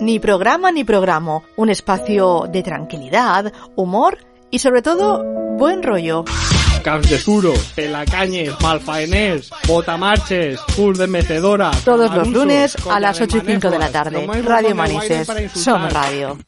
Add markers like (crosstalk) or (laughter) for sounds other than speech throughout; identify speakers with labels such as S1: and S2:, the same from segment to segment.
S1: Ni programa ni programa, un espacio de tranquilidad, humor y sobre todo buen rollo.
S2: Camps de Suro, Pelacañes, Malfaenés, Botamarches, Pur de Mecedora.
S1: Todos los
S2: Marusos,
S1: lunes a
S2: Contra
S1: las
S2: de
S1: 8 y 5 de la
S2: Manejos,
S1: tarde.
S2: lo más
S1: Radio
S2: bueno de Guaire
S1: Manises,
S2: para insultar.
S1: Son Radio.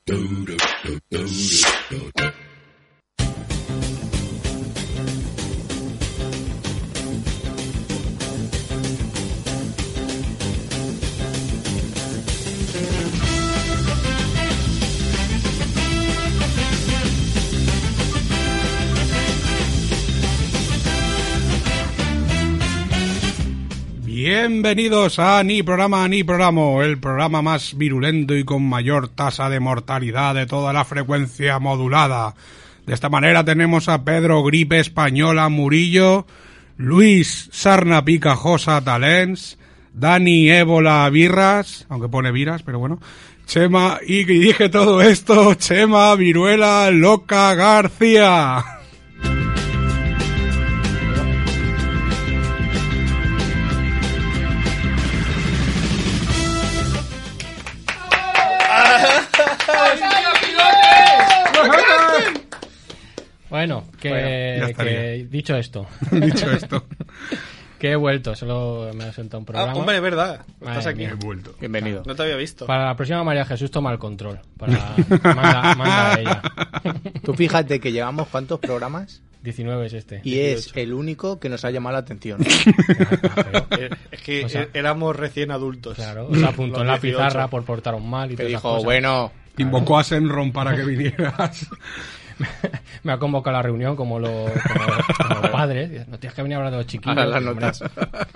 S3: Bienvenidos a Ni Programa Ni Programa, el programa más virulento y con mayor tasa de mortalidad de toda la frecuencia modulada. De esta manera tenemos a Pedro Gripe Española Murillo, Luis Sarna Picajosa Talens, Dani Ébola Virras, aunque pone Viras, pero bueno, Chema, y que dije todo esto, Chema Viruela Loca García.
S4: Bueno, que,
S3: Bueno, ya estaría.
S4: que dicho esto,
S3: Dicho esto,
S4: que he vuelto, solo me ha sentado un programa.
S5: Ah, hombre, es verdad.
S4: Madre
S5: Estás aquí.
S4: mía.
S3: he vuelto.
S6: Bienvenido.
S5: No te había visto.
S4: Para la próxima María Jesús toma el control. Para... Manda, manda a ella.
S6: Tú fíjate que llevamos cuántos programas
S4: 19 es este.
S6: y es el único que nos ha llamado
S4: (laughs)
S6: la atención.
S5: Eh, Es que
S4: O sea-
S5: eh, éramos recién adultos.
S4: Claro, se apuntó en la
S5: Los 18.
S4: pizarra por portar un mal y
S6: Que
S4: todas esas
S6: dijo,
S4: cosas.
S6: bueno,
S3: Invocó a Senron para que vinieras.
S4: Me ha convocado a la reunión como los, como-
S6: (laughs)
S4: como padres. Dice, No tienes que venir a hablar de los chiquillos.
S6: ahora las
S4: Digo, hombre,
S6: notas.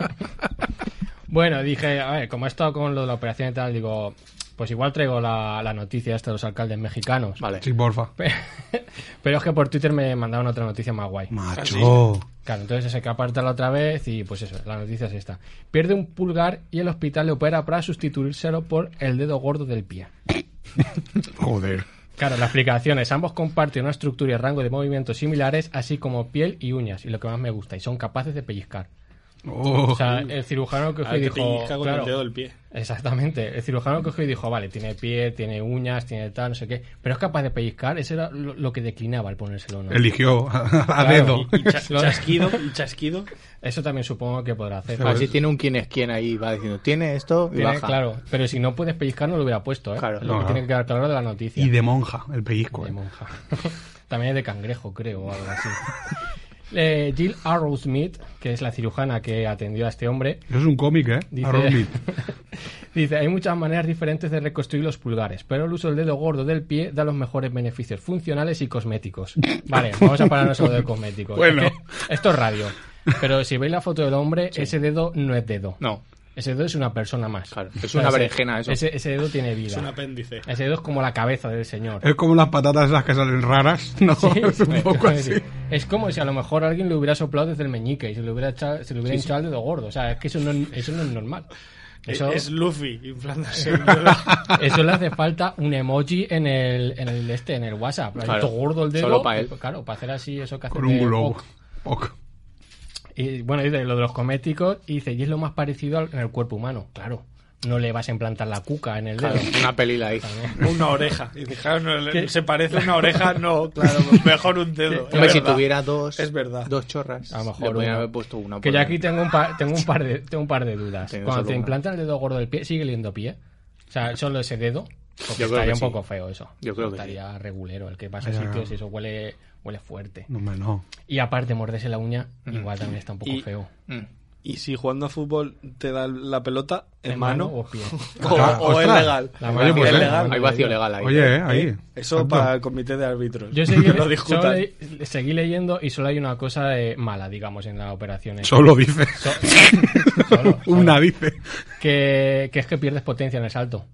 S4: (laughs) Bueno, dije, a ver, como he estado con lo de la operación y tal, digo, pues igual traigo la, la noticia esta de los alcaldes mexicanos.
S6: Vale.
S3: Sí, porfa.
S4: Pe- Pero es que por Twitter me mandaron otra noticia más guay.
S3: Macho.
S4: Claro, entonces se que apartarla otra vez y pues eso, la noticia es esta. Pierde un pulgar y el hospital le opera para sustituírselo por el dedo gordo del pie.
S3: Joder.
S4: Claro, la explicación es, ambos comparten una estructura y rango de movimientos similares, así como piel y uñas, y lo que más me gusta, y son capaces de pellizcar.
S3: Oh.
S4: O sea, el cirujano que
S5: Al Ah, que
S4: dijo...
S5: pellizca con
S4: claro,
S5: el dedo del
S4: (laughs)
S5: pie.
S4: Exactamente. El cirujano cogió y dijo, "Ah, vale, tiene pie, tiene uñas, tiene tal, no sé qué. Pero es capaz de pellizcar. Eso era lo, lo que declinaba al ponérselo. ¿no?
S3: Eligió (laughs) a, a
S4: Claro,
S3: dedo.
S4: y- y cha-
S5: Cha- Chasquido, y chasquido.
S4: Eso también supongo que podrá hacer.
S6: Así tiene un quién es quién ahí, va diciendo, tiene esto y
S4: Tiene-
S6: baja.
S4: Claro, pero si no puedes pellizcar no lo hubiera puesto, ¿eh?
S6: Claro.
S4: Es lo
S3: No,
S4: que
S3: no.
S4: tiene que quedar claro de la noticia.
S3: Y de monja, el pellizco.
S4: De
S3: eh.
S4: (laughs) monja. También es de cangrejo, creo, o algo así. (laughs) Eh, Jill Arrowsmith, que es la cirujana que atendió a este hombre,
S3: Eso es un cómic, ¿eh?
S4: Dice-
S3: Aaron Smith.
S4: Dice, hay muchas maneras diferentes de reconstruir los pulgares, pero el uso del dedo gordo del pie da los mejores beneficios funcionales y
S6: (laughs)
S4: cosméticos. Vale, vamos a pararnos a lo de cosméticos.
S3: Bueno.
S4: Es que Esto es radio. Pero si veis la foto del hombre, ese dedo no es dedo.
S6: No,
S4: Ese dedo es una persona más.
S6: Claro, es
S4: O sea,
S6: una
S4: ese-
S6: berenjena, eso.
S4: Ese, ese dedo tiene vida.
S5: Es un apéndice.
S4: Ese dedo es como la cabeza del señor.
S3: Es como las patatas esas que salen raras, ¿no?
S4: (laughs) Sí,
S3: es un poco
S4: es
S3: así.
S4: decir, es como si a lo mejor alguien le hubiera soplado desde el meñique y se le hubiera, echado- se le hubiera hinchado el dedo gordo. O sea, es que eso no, eso no es normal.
S3: Eh,
S4: Eso,
S5: Es Luffy inflándose
S4: (laughs)
S5: el dedo.
S4: Eso le hace falta un emoji en el, en el este, en el WhatsApp. Ahí
S6: Claro,
S4: todo gordo el dedo. pues,
S6: solo pa' él.
S4: Claro, para hacer así eso que hace.
S3: Con un
S4: de
S3: globo.
S4: Oc.
S3: Oc.
S4: Y bueno, dice lo de los cométicos, y dice, y es lo más parecido al, en el cuerpo humano. Claro, no le vas a implantar la cuca en el dedo.
S6: claro, una pelila ahí.
S5: Una oreja. Y dije, claro, no, le-
S4: ¿Qué?
S5: se parece a
S4: (laughs)
S5: una oreja, no, claro, pues mejor un dedo. eh".
S6: Hombre,
S5: Es
S6: si
S5: verdad.
S6: tuviera dos,
S5: Es verdad.
S6: dos chorras,
S4: A lo mejor
S6: le podrían
S4: una.
S6: haber puesto una.
S4: Que
S6: por
S4: yo
S6: ahí.
S4: aquí tengo un par, tengo un par de, tengo un par de dudas.
S6: Tengo
S4: Cuando
S6: solo
S4: te
S6: una.
S4: implantan el dedo gordo del pie, sigue liendo pie. O sea, solo ese dedo. Porque
S6: Yo creo
S4: estaría
S6: que
S4: un
S6: sí.
S4: poco feo eso.
S6: Yo creo que sí.
S4: Estaría regulero. El que pasa
S3: Ya, ya.
S4: sitios y eso huele, huele fuerte.
S3: No, hombre, no.
S4: Y aparte, morderse la uña, igual también está un poco
S5: Y-
S4: feo.
S6: Mm.
S5: Y si jugando a fútbol te da la pelota en, mano,
S4: o
S6: (laughs)
S4: pie.
S5: o,
S3: Ah,
S5: o es
S3: ostras.
S5: legal.
S4: La
S3: Oye,
S4: mano
S3: pues,
S4: es
S3: eh.
S4: legal.
S6: Hay vacío legal ahí.
S3: Oye, ¿eh? Ahí.
S5: Eso
S3: Ando.
S5: para el comité de árbitros.
S6: (laughs)
S4: Yo seguí,
S5: Que lo
S4: solo
S5: discutan.
S4: le- seguí leyendo y solo hay una cosa eh, mala, digamos, en la operación. esa.
S3: Solo dice.
S4: Solo, solo.
S3: (laughs) Una dice.
S4: Que, que es que pierdes potencia en el salto.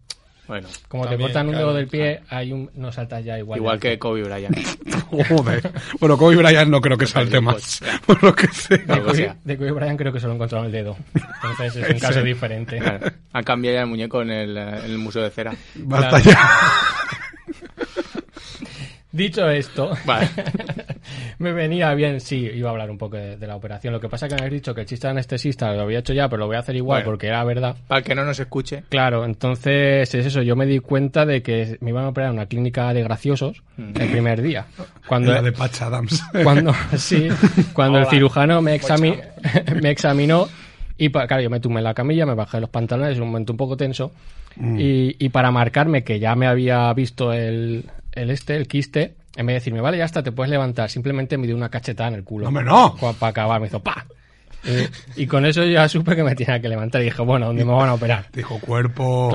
S6: Bueno,
S4: Como te
S5: También,
S4: cortan un
S5: claro,
S4: dedo del pie, hay un, no saltas ya igual.
S6: igual que Kobe
S4: (laughs)
S6: Bryant.
S3: Joder. Bueno, Kobe Bryant no creo que salte más. (laughs) Por lo que sea.
S4: De
S6: Algo
S4: Kobe,
S6: sea.
S4: de Kobe Bryant creo que solo encontraron el dedo. Entonces
S6: (laughs)
S4: es un caso diferente.
S6: Claro, Han cambiado ya el muñeco en el, eh, en el Museo de Cera.
S3: Basta ya.
S4: Dicho esto,
S6: Vale.
S4: (laughs) Me venía bien, sí, iba a hablar un poco de, de la operación. Lo que pasa es que me habéis dicho que el chiste de anestesista lo había hecho ya, pero lo voy a hacer igual
S6: Bueno.
S4: porque era verdad.
S6: Para que no nos escuche.
S4: Claro, entonces es eso. Yo me di cuenta de que me iban a operar en una clínica de graciosos
S6: Mm.
S4: el primer día.
S5: (laughs)
S4: Cuando,
S3: La de Patch Adams.
S4: (laughs) cuando sí, cuando el
S6: Hola.
S4: cirujano me, exami- (laughs) me examinó y pa- claro, yo me tumé en la camilla, me bajé los pantalones, en un momento un poco tenso
S3: Mm.
S4: y, y para marcarme que ya me había visto el, el este, el quiste, en vez de decirme, vale, ya está, te puedes levantar, simplemente me dio una cachetada en el culo.
S3: ¡Hombre, no!
S4: Para acabar, me hizo pa. Eh, Y, con eso ya supe que me tenía que levantar y dije, bueno, ¿dónde me van a operar?
S3: (laughs) Dijo cuerpo.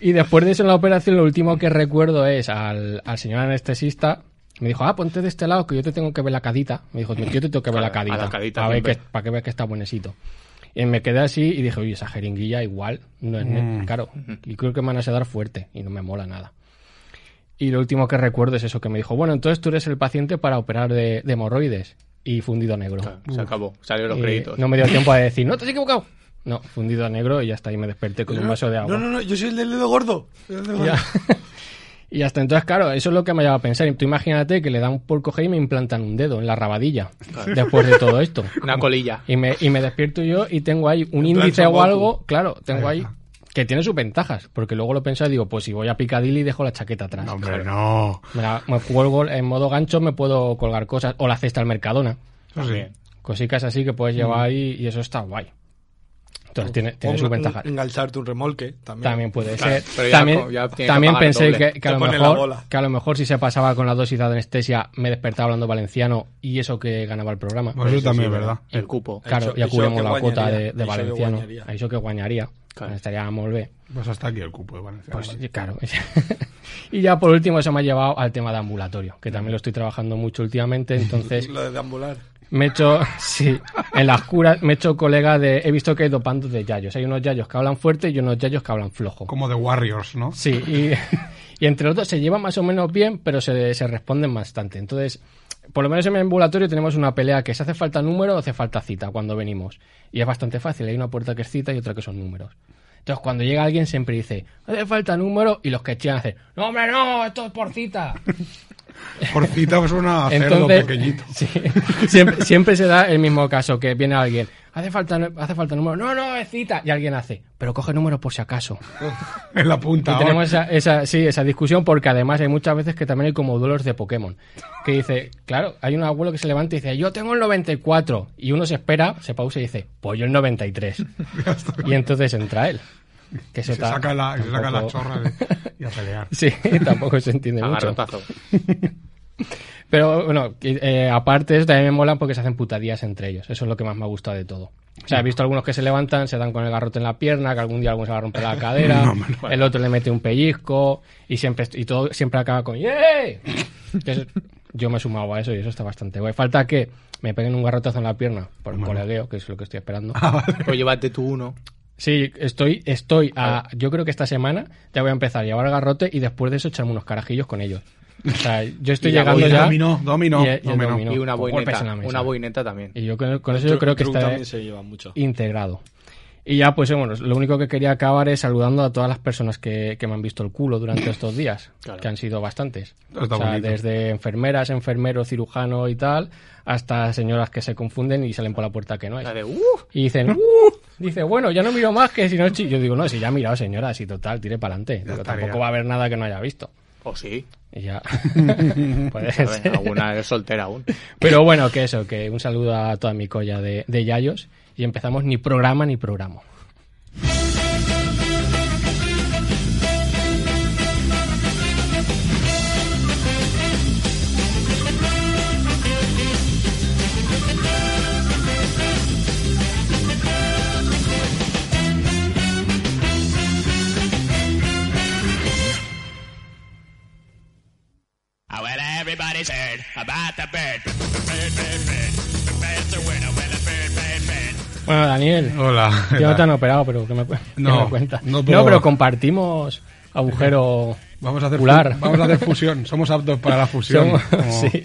S4: Y después de eso en la operación, lo último que recuerdo es al, al señor anestesista. Me dijo, ah, ponte de este lado que yo te tengo que ver la cadita. Me dijo, yo te tengo que ver la
S6: Claro,
S4: cadita.
S6: a la cadita
S4: para, ver que,
S6: siempre.
S4: para que veas que está buenecito. Y me quedé así y dije, oye, esa jeringuilla igual no es
S5: Mm.
S4: net- Claro, y creo que me van a sedar fuerte y no me mola nada. Y lo último que recuerdo es eso que me dijo, bueno, entonces tú eres el paciente para operar de, de hemorroides y fundido negro.
S6: Claro, se acabó, salieron los
S4: Eh,
S6: créditos.
S4: no me dio tiempo a decir, no, te has equivocado. No, fundido a negro y ya está, y me desperté con un vaso de agua.
S5: No, no, no, yo soy el del dedo gordo. El dedo
S4: Y
S5: gordo.
S4: ya- y hasta entonces, claro, eso es lo que me lleva a pensar. Y Tú imagínate que le dan por coger y me implantan un dedo en la rabadilla después de todo esto.
S6: Una colilla.
S4: Y me, y me despierto yo y tengo ahí un índice o algo, claro, tengo ahí que tiene sus ventajas, porque luego lo pensé y digo, pues si voy a Picadilly dejo la chaqueta atrás.
S3: No, hombre, no.
S4: Me, la- me cuelgo en modo gancho, me puedo colgar cosas, o la cesta al Mercadona,
S3: Eso sí.
S4: cositas así que puedes llevar ahí y eso está guay. Entonces tiene, tiene
S5: O
S4: sus
S5: en-
S4: ventajas.
S5: Engancharte un remolque también.
S4: También puede
S6: Claro,
S4: ser.
S6: pero ya
S4: también
S6: co- ya tiene que
S4: también
S6: pagar
S4: pensé
S6: doble.
S4: que, que a
S5: Te
S4: lo
S5: pone la
S4: mejor,
S5: bola.
S4: que a lo mejor si se pasaba con la dosis de anestesia me despertaba hablando valenciano y eso que ganaba el programa.
S3: Pues eso también es verdad.
S6: El cupo.
S4: Claro,
S5: Eso-
S4: ya
S5: eso
S4: cubrimos
S5: que
S4: la cuota
S5: guanyaría,
S4: de, de
S5: eso que
S4: valenciano.
S5: guanyaría.
S4: A eso que guañaría.
S6: Claro.
S4: Estaría muy bien.
S3: Pues hasta aquí el cupo de Valencia.
S4: Pues claro. (laughs) y ya por último eso me ha llevado al tema de ambulatorio, que también lo estoy trabajando mucho últimamente,
S6: (laughs)
S4: entonces
S5: Lo de deambular.
S4: Me he hecho, sí, en las curas me he hecho colega de, he visto que hay dos bandos de yayos. Hay unos yayos que hablan fuerte y unos yayos que hablan flojo.
S3: Como de Warriors, ¿no?
S4: Sí, y, (laughs) y entre los dos se llevan más o menos bien, pero se, se responden bastante. Entonces, por lo menos en mi ambulatorio tenemos una pelea que se hace falta número o hace falta cita cuando venimos. Y es bastante fácil, hay una puerta que es cita y otra que son números. Entonces, cuando llega alguien siempre dice, hace falta número, y los que chillan hacen, no, hombre, no, esto es por cita.
S3: Porcita suena a cerdo
S4: Entonces,
S3: pequeñito.
S4: (laughs)
S3: (laughs)
S4: sí, siempre, siempre se da el mismo caso, que viene alguien, hace falta, hace falta número, no, no, es cita, y alguien hace, pero coge número por si acaso.
S3: En la punta.
S4: Y tenemos esa, esa- sí, esa discusión porque además hay muchas veces que también hay como duelos de Pokémon. Que dice, claro, hay un abuelo que se levanta y dice, yo tengo el 94. Y uno se espera, se pausa y dice, pues yo
S3: (laughs)
S4: el 93. y entonces entra él. Que eso
S3: Se
S4: ta-
S3: saca la, se saca la
S4: tampoco-
S3: chorra de- y a pelear.
S4: (laughs) Sí, tampoco se entiende eh, mucho.
S6: Agarrotazo.
S4: Pero bueno, que, eh, aparte de eso también me molan porque se hacen putadías entre ellos. Eso es lo que más me ha gustado de todo. O sea, he visto algunos que se levantan, se dan con el garrote en la pierna, que algún día alguno se va a
S3: (laughs)
S4: romper la cadera,
S3: No, hombre.
S4: el otro le mete un pellizco y siempre est- y todo siempre acaba con ¡Yay! Que eso- yo me he sumado a eso y eso está bastante guay. Falta que me peguen un garrotazo en la pierna por el colegueo, que es lo que estoy
S3: Ah,
S4: esperando.
S6: Pues llévate tú uno.
S4: Sí, estoy, estoy a, yo creo que esta semana ya voy a empezar a llevar el garrote y después de eso echarme unos carajillos con ellos. O sea, yo estoy
S6: Y la
S4: llegando
S6: boina.
S4: ya.
S3: Dominó, dominó,
S4: y el- y el
S3: dominó.
S4: dominó.
S6: y una
S4: Con golpes en
S6: boineta.
S4: la mesa.
S6: Una boineta también.
S4: Y yo con, con eso yo
S5: Truc-
S4: creo que
S5: truc
S4: está ¿eh?
S5: también se lleva mucho.
S4: integrado. Y ya, pues eh, bueno, lo único que quería acabar es saludando a todas las personas que, que me han visto el culo durante estos días,
S6: Claro.
S4: que han sido bastantes.
S3: Está
S4: o sea,
S3: bonito.
S4: desde enfermeras, enfermeros, cirujano y tal, hasta señoras que se confunden y salen por la puerta que no es.
S6: La de, uh,
S3: (laughs)
S4: Y dicen, "Uh". dice, bueno, ya no miro más que si no es chi-". Yo digo, no, si ya ha mirado, señora, si total, tire para adelante. Digo,
S3: estaría.
S4: tampoco va a haber nada que no haya visto.
S6: o sí.
S3: (laughs)
S4: Y ya. (laughs) Puede
S6: A
S4: (laughs)
S6: ver,
S4: ser.
S6: alguna es soltera aún.
S4: Pero bueno, que eso, que un saludo a toda mi colla de, de Yayos y empezamos ni programa ni programa.
S7: Oh, well, everybody's heard about the bird. Bird, bird, bird. The bird's a winner. Well, the bird, bird, bird.
S4: Bueno, Daniel,
S3: (laughs) Hola. ¿qué
S4: yo no
S3: tal?
S4: te han operado, pero que me, cu- qué
S3: No,
S4: me cuentas.
S3: no, pero-
S4: compartimos agujero
S3: Vamos a hacer
S4: ocular.
S3: fu- vamos a hacer
S4: (laughs)
S3: fusión. Somos aptos (laughs) para la fusión.
S4: Somos- (laughs)
S3: como
S4: sí.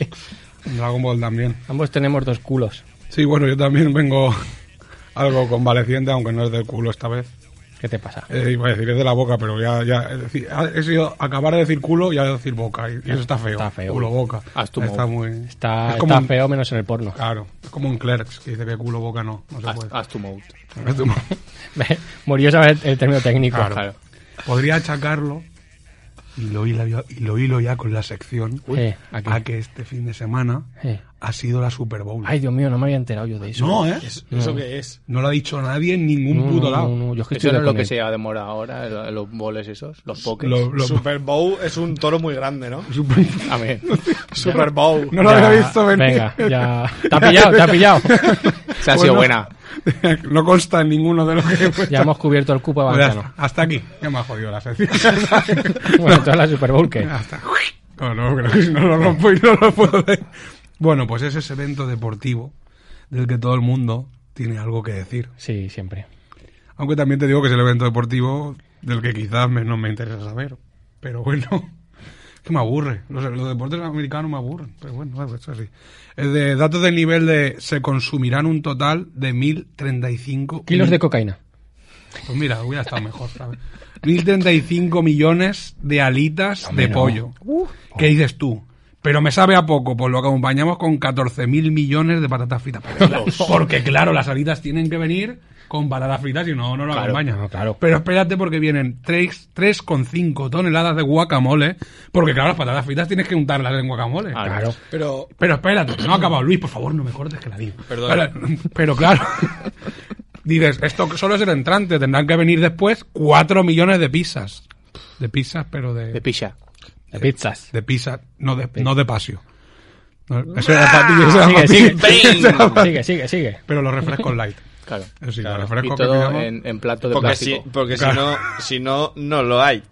S3: Dragon Ball también.
S4: Ambos tenemos dos culos.
S3: Sí, bueno, yo también vengo algo convaleciente, aunque no es del culo esta vez.
S4: ¿Qué te pasa?
S3: Eh, iba a decir, es de la boca, pero ya, ya es decir, ha- he sido acabar de decir culo y ahora decir boca. Y, y eso está feo.
S4: Está feo.
S3: Culo boca.
S6: Haz tu
S3: está
S6: boca.
S3: muy.
S4: Está,
S3: es como
S4: está
S3: un-
S4: feo menos en el porno. (laughs)
S3: Claro, es como un clerks que dice que culo boca no. No se
S4: Ah,
S6: Haz,
S3: puede.
S6: haz tu mode.
S3: Es tu-
S4: Murió saber el, el término técnico.
S3: Claro.
S6: Claro.
S3: Podría achacarlo y lo, hila- y lo hilo ya con la sección
S4: Eh, aquí.
S3: a que este fin de semana
S4: Eh.
S3: ha sido la Super Bowl.
S4: Ay, Dios mío, no me había enterado yo de eso.
S3: no, ¿eh?
S5: ¿Eso
S4: Mm.
S5: qué es?
S3: No lo ha dicho nadie en ningún
S4: No, no,
S3: puto lado.
S4: no, no, yo es que
S6: Eso
S4: estoy
S6: no es
S4: de
S6: lo
S4: con
S6: que
S4: él.
S6: se lleva de moda ahora, lo- los boles esos, los pokés.
S3: Lo- lo-
S5: Super Bowl es un toro muy grande, ¿no?
S3: (laughs) Super- (laughs)
S6: A ver,
S5: Super Bowl.
S3: no lo
S4: Ya,
S3: había visto venir.
S4: Venga, ya. Te ha pillado, te ha pillado.
S3: (laughs)
S6: se ha sido
S3: Bueno.
S6: buena.
S3: (laughs) no consta en ninguno de los que pues,
S4: (laughs) Ya hemos cubierto el cupo de
S3: pues ya está.
S4: Bancano.
S3: hasta aquí. Ya me ha jodido la sección.
S4: (laughs) Bueno, entonces la Super Bowl, ¿qué?
S3: Hasta- No, no, creo que si no lo rompo y no lo puedo ver. Bueno, pues es ese evento deportivo del que todo el mundo tiene algo que decir.
S4: Sí, siempre.
S3: Aunque también te digo que es el evento deportivo del que quizás me- no me interesa saber. Pero bueno, (laughs) es que me aburre. Los, los deportes americanos me aburren. Pero bueno, bueno, eso sí. El Eh, de datos del nivel de se consumirán un total de 1.035
S4: Kilos de cocaína.
S3: Pues mira, hubiera estado mejor, (laughs) ¿sabes? 1.035 millones de alitas de pollo. ¿Qué dices tú? Pero me sabe a poco, pues lo acompañamos con 14.000 millones de patatas
S4: (laughs)
S3: fritas. Pero claro, porque claro, las alitas tienen que venir con patatas fritas y no, no lo acompañan.
S4: no, claro.
S3: Pero espérate porque vienen tres- 3,5 toneladas de guacamole, porque claro, las patatas fritas tienes que untarlas en guacamole.
S4: Claro.
S5: Pero
S3: Pero espérate, no ha acabado. Luis, por favor, no me cortes que la digo.
S5: Perdón.
S3: Pero, pero claro, (laughs) dices, esto solo es el entrante, tendrán que venir después cuatro millones de pizzas. De pizzas, pero de...
S6: De
S3: De,
S6: pilla.
S4: De pizzas.
S3: pizzas, no de, no de pasio. No, eso era para ti, eso era para
S4: Sigue,
S3: ti.
S4: (laughs)
S6: sigue.
S3: Eso era para-
S4: Sigue, sigue, sigue.
S3: Pero los refrescos
S4: (laughs)
S3: light.
S6: Claro.
S3: Sí,
S5: Claro.
S3: los
S6: Y
S3: refrescos que
S6: todo
S3: pidamos-
S6: en, en plato de
S5: porque, si,
S6: plástico.
S5: porque
S3: Claro.
S5: si no, si no, no lo hay.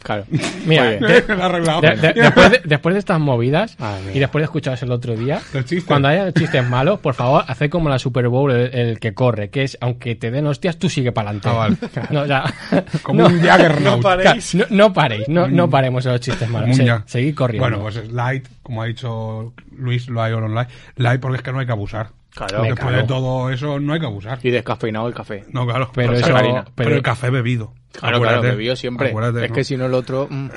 S6: Claro.
S4: Mira,
S6: Muy bien.
S4: de-
S3: (laughs) Lo he arreglado.
S4: de- de- después, de, después de estas movidas
S6: Madre mía.
S4: y después de escucharse el otro día,
S3: Ah, Los chistes.
S4: cuando haya chistes malos, por favor, haced como la Super Bowl, el, el que corre, que es aunque te den hostias, tú sigue para adelante.
S3: Ah, vale.
S4: (laughs) No, o sea,
S3: Como
S4: no,
S3: un Jaggernaut.
S5: No paréis.
S4: no- no paréis, no, no paremos en los chistes malos.
S3: Muña.
S4: Se- seguid corriendo.
S3: Bueno, pues es light, como ha dicho Luis, lo hay o online. Light porque es que no hay que abusar.
S6: Claro.
S4: Me
S3: Después
S4: cago.
S3: de todo eso, no hay que abusar.
S6: Y descafeinado el café.
S3: No, claro.
S4: Pero
S3: Con
S4: eso-
S3: sacarina.
S4: pero-
S3: Pero el café bebido.
S6: Claro,
S3: Acuérdate.
S6: claro, bebido siempre.
S3: Acuérdate,
S6: es
S3: ¿no?
S6: que si no el otro...
S3: (laughs)
S6: mm.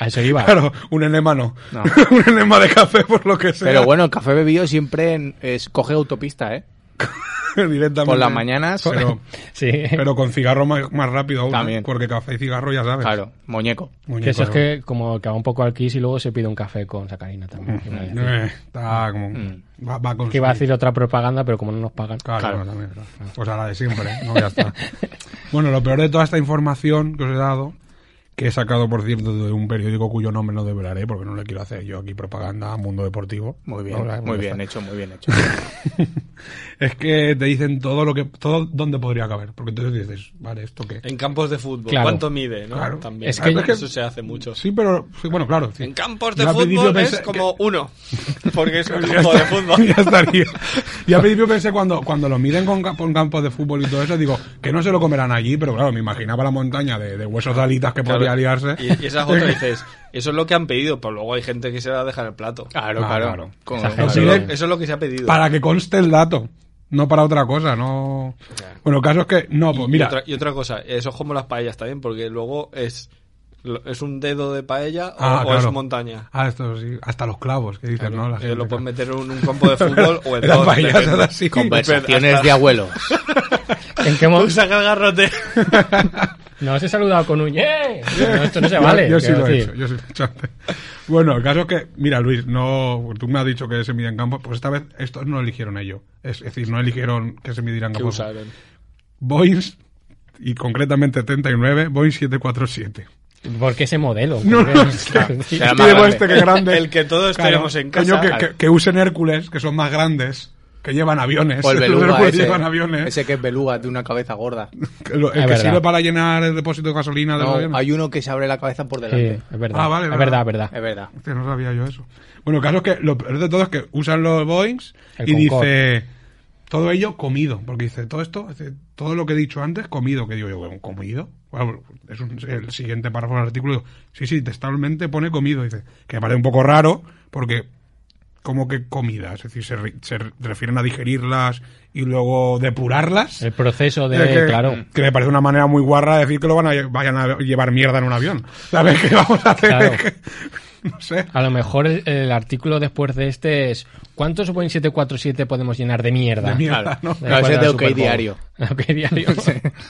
S4: a eso iba.
S3: Claro, un enema no.
S6: No.
S3: (laughs) un enema de café, por lo que sea.
S6: Pero bueno, el café bebido siempre en- es, coge autopista, ¿eh?
S3: (laughs) Directamente.
S6: por las mañanas- eh.
S3: Pero,
S4: Sí.
S3: pero con cigarro más, más rápido aún. ¿eh?
S6: También.
S3: Porque café y cigarro, ya sabes.
S6: Claro, muñeco.
S3: Muñeco,
S4: Que eso es
S3: ¿no?
S4: que como que va un poco al kiss y luego se pide un café con sacarina también. iba a decir.
S3: Eh, está como. Va, va con.
S4: Que iba a decir otra propaganda, pero como no nos pagan.
S3: Claro,
S6: Mm. Claro.
S3: bueno, también, claro. Pues a la de siempre, ¿eh? no, ya está.
S4: (laughs)
S3: Bueno, lo peor de toda esta información que os he dado, que he sacado, por cierto, de un periódico cuyo nombre no develaré, porque no le quiero hacer yo aquí propaganda a Mundo Deportivo.
S6: Muy
S3: No,
S6: bien,
S3: la-
S6: muy bien hecho, muy bien (laughs) hecho.
S3: (laughs) Es que te dicen todo lo que todo donde podría caber, porque entonces dices, vale, esto qué.
S5: En campos de fútbol.
S4: Claro.
S5: ¿Cuánto mide? ¿no?
S3: Claro.
S5: También.
S4: Es que-
S5: eso se hace mucho.
S3: Sí, pero sí, bueno, claro. sí.
S5: En campos de
S3: Ya al principio
S5: fútbol es
S3: pensé que-
S5: como uno. Porque es un
S3: (laughs) Ya
S5: campo de
S3: está- (laughs)
S5: fútbol.
S3: ya estaría. Y al principio pensé cuando, cuando lo miden con, ca- con campos de fútbol y todo eso, digo, que no se lo comerán allí, pero claro, me imaginaba la montaña de, de huesos de alitas que
S5: Claro.
S3: podría liarse.
S5: Y, y esas
S3: (laughs)
S5: otras dices, eso es lo que han pedido, pero luego hay gente que se va a dejar el plato.
S6: Claro,
S3: Ah,
S6: claro.
S3: claro.
S6: Con-
S4: Esa
S6: con-
S3: gente-
S5: Eso,
S3: Miren-
S5: eso es lo que se ha pedido.
S3: Para que conste el dato, no para otra cosa, no. Bueno, el caso es que, no, pues
S5: Y
S3: mira,
S5: otra, y otra cosa, eso es como las paellas también, porque luego es, lo- es un dedo de paella o,
S3: Ah,
S5: o
S3: claro.
S5: es montaña.
S3: ah, esto sí, hasta los clavos que dicen, ¿no? La
S5: Eh, lo
S3: gente,
S5: puedes meter en un campo
S3: (laughs)
S5: de fútbol o en
S3: Las
S5: dos.
S3: paellas
S5: depende.
S3: ahora sí.
S6: Conversaciones de abuelos.
S4: ¿En qué mo-
S5: Saca el garrote.
S4: No os he saludado con
S3: (laughs)
S4: un ¡Yeah! No, esto no se vale.
S3: Yo, yo sí
S4: quiero
S3: lo he
S4: decir.
S3: hecho, yo sí lo he hecho antes. Bueno, el caso es que, mira, Luis, no, tú me has dicho que se midían campos, pues esta vez estos no eligieron ello. Es, es decir, no eligieron que se midieran
S5: Que
S3: campos.
S5: usaron.
S3: Boeing, y concretamente 39, Boeing 747.
S4: ¿Por qué ese modelo?
S3: No, no,
S4: Porque-
S3: es que-
S4: Sí.
S6: Será
S3: Y
S6: más
S3: digo,
S6: grande.
S3: este que grande.
S5: El que todos tenemos en casa.
S3: coño, que,
S6: Claro.
S3: que- que usen Hércules, que son más grandes, que llevan aviones.
S6: O
S5: Pues
S3: (laughs)
S6: el
S3: Los
S6: beluga
S3: Hércules
S6: ese,
S3: llevan aviones.
S6: ese que es beluga de una cabeza gorda.
S3: Que lo- el
S4: Es
S3: que
S4: verdad.
S3: sirve para llenar el depósito de gasolina de los
S6: No,
S3: aviones.
S6: hay uno que se abre la cabeza por
S4: Sí,
S6: delante.
S4: es verdad.
S3: Ah, vale,
S4: es
S3: vale.
S4: verdad, es verdad.
S6: Es verdad.
S3: Hostia, no sabía yo eso. Bueno, el caso es que lo peor de todo es que usan los Boeings
S4: El
S3: y
S4: Concorde.
S3: dice todo ello comido, porque dice todo esto, dice, todo lo que he dicho antes comido, que digo yo, bueno, comido. Bueno, es un- el siguiente párrafo del artículo. Sí, sí, textualmente pone comido, dice, que me parece un poco raro porque como que comida, es decir, se, re- se re- refieren a digerirlas y luego depurarlas.
S4: El proceso de,
S3: Eh, que,
S4: claro.
S3: que me parece una manera muy guarra de decir que lo van a, lle- vayan a llevar mierda en un avión. (laughs) ¿Sabes qué vamos a hacer?
S4: Claro.
S3: Es que- (laughs) no sé.
S4: A lo mejor el, el artículo después de este es ¿Cuántos Boeing 747 podemos llenar de mierda?
S3: De mierda, ¿no?
S4: Del
S6: Claro, ese
S4: cual
S6: es de
S4: era
S6: OK
S4: Super Bowl.
S6: Diario.
S4: (laughs) OK Diario.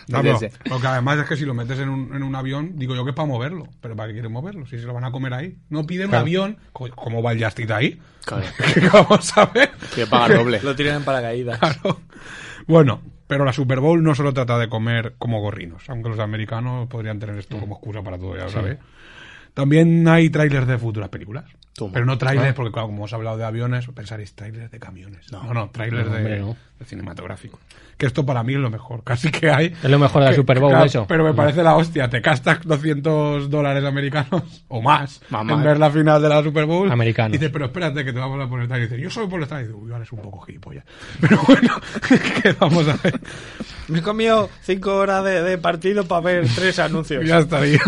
S3: No, pero-
S6: Ese.
S3: porque además es que si lo metes en un, en un avión, digo yo que es para moverlo. Pero ¿para qué quieren moverlo? Si se lo van a comer ahí. No piden un avión. Co- ¿Cómo va el Justit ahí? (laughs)
S6: Claro.
S3: vamos a ver. (laughs)
S6: Que paga doble.
S5: (laughs) Lo tiran en paracaídas.
S3: Claro. Bueno, pero la Super Bowl no solo trata de comer como gorrinos, aunque los americanos podrían tener esto como excusa para todo, ya lo sabéis. También hay trailers de futuras películas.
S6: Toma.
S3: Pero no trailers, porque claro, como hemos hablado de aviones, pensaréis trailers de camiones. No, no, trailers
S4: No,
S3: de,
S4: hombre, no.
S3: de cinematográfico. Que esto para mí es lo mejor, casi que hay.
S4: Es lo mejor de la
S3: Que-
S4: Super Bowl,
S3: claro,
S4: eso.
S3: Pero me
S4: No.
S3: parece la hostia, te gastas 200 dólares americanos (laughs) o más
S6: Mamá.
S3: en ver la final de la Super Bowl.
S4: Americanos.
S3: Y dices, pero espérate que te vamos a poner tal. Y dices, yo soy por tal. Y dices, uy, ahora es un poco gilipollas. Pero bueno, (laughs) que vamos a ver.
S5: Me he comido cinco horas de, de partido para ver tres anuncios.
S3: Ya estaría.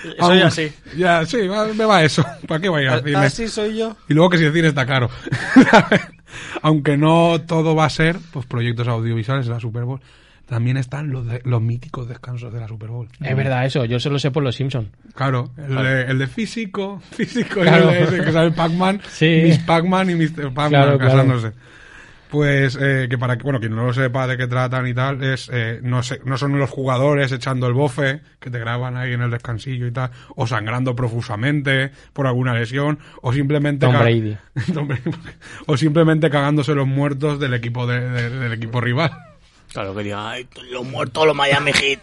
S5: Soy
S3: Aún-
S5: así.
S3: Ya, sí, Ah, va- me va eso. ¿Para qué voy a ir al cine?
S5: Ah, Así soy yo.
S3: Y luego que si el cine está caro. (laughs) Aunque no todo va a ser pues proyectos audiovisuales de la Super Bowl. También están los, de- los míticos descansos de la Super Bowl.
S4: es verdad eso, yo solo sé por los Simpsons.
S3: Claro, el, De, el de físico, (laughs) físico, y
S4: Claro.
S3: el de ese que sale Pac-Man,
S4: Sí.
S3: Miss Pac-Man y Mr. Pac-Man
S4: Claro, claro.
S3: casándose. Pues eh, que para que- bueno, quien no lo sepa de qué tratan y tal, es eh, no sé, no son los jugadores echando el bofe que te graban ahí en el descansillo y tal, o sangrando profusamente por alguna lesión, o simplemente
S4: Tom
S3: ca-
S4: Brady.
S3: (laughs) Tom Brady. o simplemente cagándose los muertos del equipo de- de- del equipo rival. (laughs)
S6: Claro que diga, "Ay, los muertos, los Miami Heat.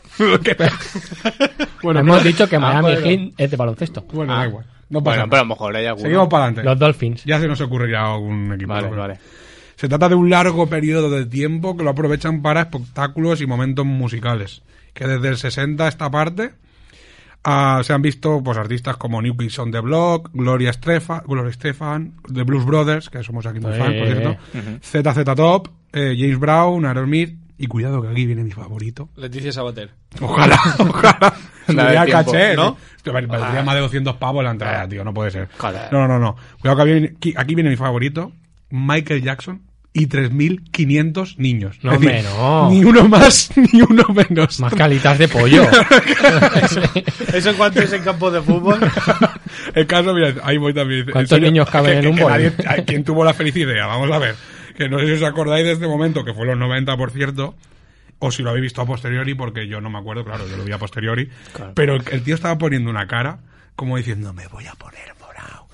S4: Bueno, Hemos dicho que Miami
S6: bueno.
S4: Heat es de baloncesto.
S3: Bueno, da igual. No pasa
S6: Bueno,
S3: nada.
S6: pero a lo mejor hay alguno.
S3: Seguimos para adelante.
S4: Ah. Los Dolphins.
S3: Ya se nos ocurrirá algún equipo.
S6: Vale,
S3: Bueno.
S6: vale.
S3: Se trata de un largo periodo de tiempo que lo aprovechan para espectáculos y momentos musicales, que desde el 60 a esta parte ah, se han visto pues artistas como New Kids on the Block, Gloria Estefan, Gloria Estefan, The Blues Brothers, que somos aquí muy
S4: Eh.
S3: fan, por cierto, ZZ Top, eh, James Brown, Aerosmith, y cuidado que aquí viene mi favorito.
S5: Leticia Sabater.
S3: Ojalá, (laughs) ojalá.
S6: La
S3: Sería
S6: del tiempo,
S3: caché,
S6: ¿no?
S3: ¿no? Te val-
S4: Ah.
S3: Valdría más de 200 pavos la
S4: Eh.
S3: entrada, tío. No puede ser.
S6: Joder.
S3: No, no, no. Cuidado que aquí viene, aquí- aquí viene mi favorito. Michael Jackson y 3.500 niños.
S4: No,
S3: Es decir,
S4: hombre, no.
S3: Ni uno más, (laughs) ni uno menos.
S4: Más calitas de pollo.
S5: Eso en cuanto es en campo
S3: (laughs)
S5: de fútbol.
S3: (laughs) El caso, mira, ahí voy también.
S4: ¿Cuántos
S3: En serio,
S4: niños caben
S3: que-
S4: en
S3: que
S4: un bol?
S3: nadie- ay, ¿Quién tuvo la feliz idea? Vamos a ver. Que no sé si os acordáis de este momento, que fue los 90, por cierto. O si lo habéis visto a posteriori, porque yo no me acuerdo, claro, yo lo vi a posteriori. Pero el, el tío estaba poniendo una cara como diciendo, me voy a poner morado.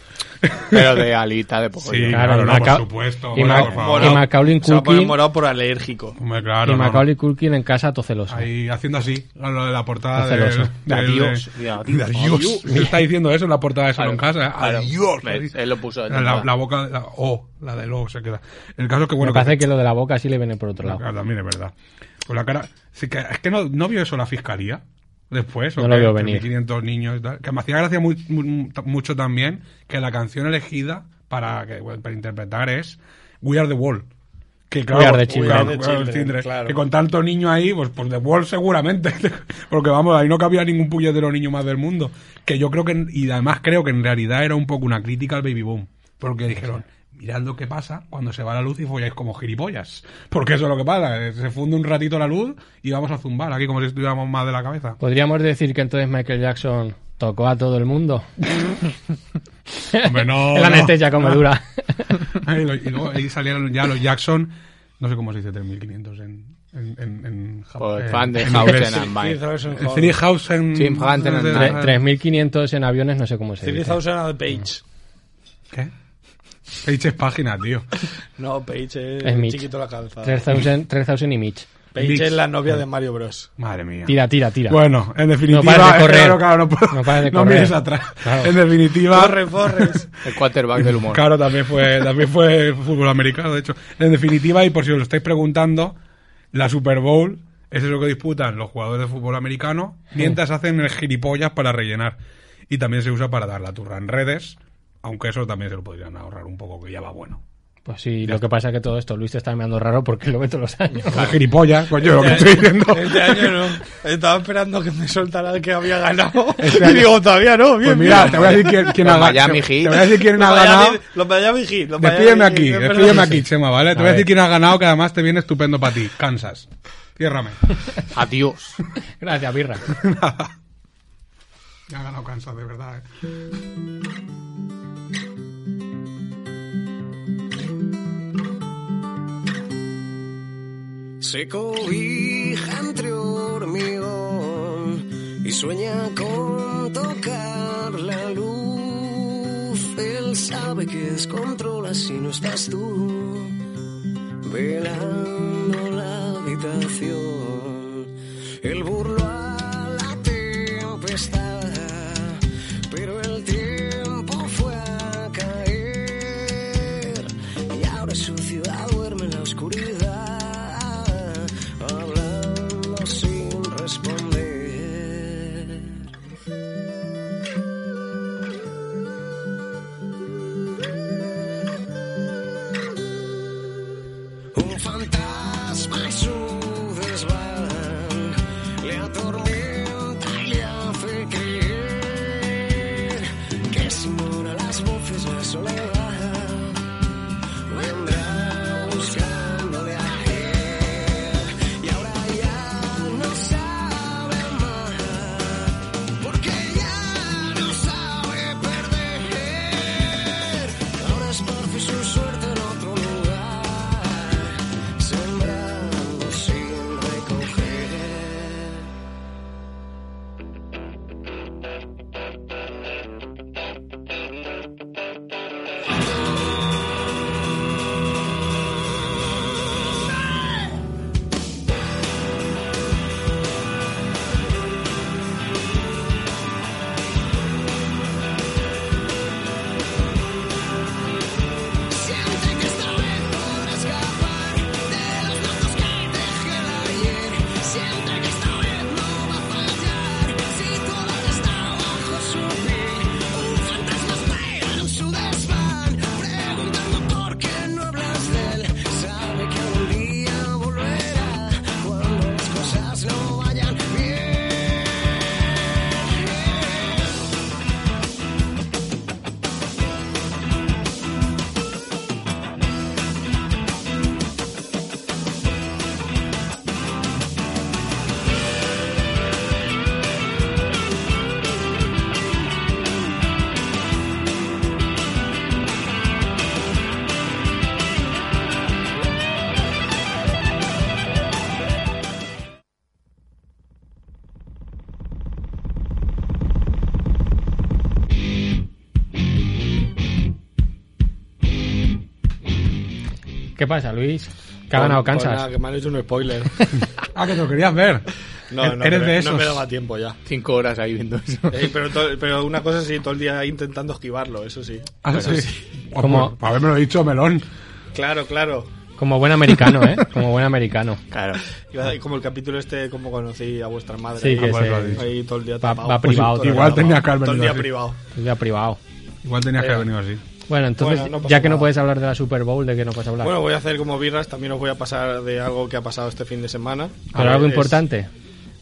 S6: Pero de alita de pollo.
S3: Sí. claro,
S4: Claro, y
S3: no,
S4: Maca-
S3: por supuesto,
S4: Y,
S3: bueno,
S4: Ma-
S3: por favor.
S4: y Macaulay
S5: Se va a poner
S4: Culkin,
S5: morado por alérgico.
S3: Hombre, claro.
S4: y
S3: no, no.
S4: Macaulay Culkin en casa toceloso.
S3: Ahí haciendo así, lo de la portada
S4: Está
S3: del-
S4: celoso.
S3: del-
S6: De adiós,
S3: de-
S6: de adiós.
S3: de adiós. Se está diciendo eso en la portada de Solo en
S6: Claro,
S3: Casa. ¿eh?
S6: claro.
S3: Adiós.
S6: Él- él lo puso de
S3: La, la,
S6: entrada.
S3: la boca, la O, la de lo se queda. El caso es que, bueno,
S4: Me parece que lo de la boca sí le viene por otro lado.
S3: Claro, también es verdad. Con la cara. sí que, es que no, no vio eso la fiscalía. Después, o
S4: No lo
S3: que
S4: vio venir.
S3: 3.500 niños y tal. Que me hacía gracia mu- mu- mucho también que la canción elegida para, que, bueno, para interpretar es We Are the Wall. Que claro,
S4: We Are the
S3: claro,
S4: Children.
S3: claro, Children, Que con tanto niño ahí, pues, pues The Wall seguramente. (laughs) Porque vamos, ahí no cabía ningún puñetero niño más del mundo. Que yo creo que, y además creo que en realidad era un poco una crítica al baby boom. Porque dijeron, mirad lo que pasa cuando se va la luz y folláis como gilipollas. (laughs) Porque eso es lo que pasa, eh, se funde un ratito la luz y vamos a zumbar aquí como si estuviéramos más de la
S4: (laughs)
S3: cabeza.
S4: Podríamos decir que entonces Michael Jackson tocó a todo el mundo.
S3: Hombre, no,
S4: (laughs)
S3: Ah.
S4: El
S3: no.
S4: anestesia como dura.
S3: (laughs) Ahí lo- y luego ahí salieron ya los Jackson, no sé cómo se dice 3500 en, en, en, en Jap-
S6: Por
S3: eh,
S6: Pues fan de
S3: en
S6: Hausen
S3: inglés.
S6: and Mike.
S3: El Three
S6: Jim Hunter and
S4: Tre-
S6: Ajá.
S4: 3.500 en aviones, no sé cómo se dice.
S5: Civilization and Page.
S3: ¿Qué? Page es página, tío.
S5: No, Page es,
S4: Es Mitch.
S5: chiquito la calza.
S4: 3.000 3.000 y Mitch.
S5: Page
S3: Mitch. Ah.
S5: es la novia de Mario Bros.
S3: Madre mía.
S4: Tira, tira, tira.
S3: Bueno, en definitiva,
S4: No pares de
S3: es que,
S4: correr.
S3: claro, claro, no, puedo-
S4: No pares
S3: (laughs)
S4: de
S3: no
S4: correr.
S3: mires atrás.
S4: Claro.
S3: En definitiva,
S5: Corre, Forrest.
S6: El quarterback del humor.
S3: Claro, también fue, también fue fútbol americano, de hecho. En definitiva, y por si os lo estáis preguntando, la Super Bowl es lo que disputan los jugadores de fútbol americano
S4: Mm.
S3: mientras hacen el gilipollas para rellenar. Y también se usa para dar la turra en redes, aunque eso también se lo podrían ahorrar un poco, que ya va bueno.
S4: Pues sí, lo que pasa es que todo esto Luis te está mirando raro porque lo ve todos los años.
S5: (laughs)
S3: La gilipollas, coño, lo que estoy diciendo. (laughs)
S5: Este año no. Estaba esperando que me soltara el que había
S3: (laughs)
S5: ganado. y digo, todavía no. Bien,
S3: Pues mira, te voy a decir quién, quién
S5: Pues
S3: ha
S6: Los
S3: ganado.
S6: Miami
S3: Te
S6: Heat.
S3: voy a decir quién
S5: Los
S3: ha
S5: Miami-
S3: ganado.
S5: Los Miami Heat. Los Miami
S3: Despídeme
S5: Heat,
S3: aquí,
S5: no, perdón.
S3: despídeme aquí, Chema, ¿vale? Te voy a
S4: ver.
S3: decir quién ha ganado, que además te viene estupendo para ti. Kansas. (laughs) Ciérrame.
S6: Adiós.
S4: Gracias, birra.
S3: Ha ganado Kansas, de verdad. eh.
S8: Se cobija entre hormigón y sueña con tocar la luz. Él sabe que descontrola si no estás tú, velando la habitación. El burlo a la tempestad, pero el tiempo fue a caer y ahora su ciudad duerme en la oscuridad, hablando sin responder. Un fantasma en su desván le atormenta y le hace creer que ignora las voces la soledad. Vendrá buscándole a él y ahora ya no sabe más porque ya no sabe perder. Ahora esparce su suerte en otro lugar, sembrando sin recoger. Siente que esta vez podrá escapar de los locos que dejé el ayer. Siente que esta vez no va a fallar. Si todo está bajo su piel, un fantasma espera en su desván. Preguntando por qué no hablas de él. Sabe que un día volverá cuando las cosas no vayan bien.
S4: ¿Qué pasa, Luis? Que ha ganado
S5: Pues- pues
S4: Kansas.
S5: nada, que me han hecho un spoiler.
S3: Ah, que te lo querías ver.
S5: No, no,
S3: Eres
S5: me-
S3: de esos.
S5: no me daba tiempo ya.
S6: Cinco horas ahí viendo eso.
S5: Eh, pero, to- pero una cosa sí, todo el día intentando esquivarlo, eso sí.
S3: Ah, sí. Pues
S4: Como-
S3: por- por haberme lo dicho, melón.
S5: Claro, claro.
S4: Como buen americano, ¿eh? Como buen
S5: (laughs)
S4: americano.
S6: Claro.
S5: Iba a- como el capítulo este, como conocí a vuestra madre.
S4: Sí, que
S5: Ah,
S3: pues lo
S4: se-
S3: has dicho.
S5: Ahí todo el día
S4: Va-
S5: tapado.
S4: va privado,
S5: Todo el día
S3: Igual
S5: tapado.
S3: tenía que haber
S5: Todo el
S3: venido
S5: día
S3: así.
S5: privado.
S4: se ha privado.
S3: Igual tenías que haber venido así.
S4: Bueno, entonces,
S5: Bueno, no pasa
S4: ya que no
S5: nada.
S4: puedes hablar de la Super Bowl, ¿de qué no puedes hablar?
S5: Bueno, voy a hacer como birras, también os voy a pasar de algo que ha pasado este fin de semana.
S4: ¿Pero
S5: A
S4: algo
S5: ver, es-
S4: importante?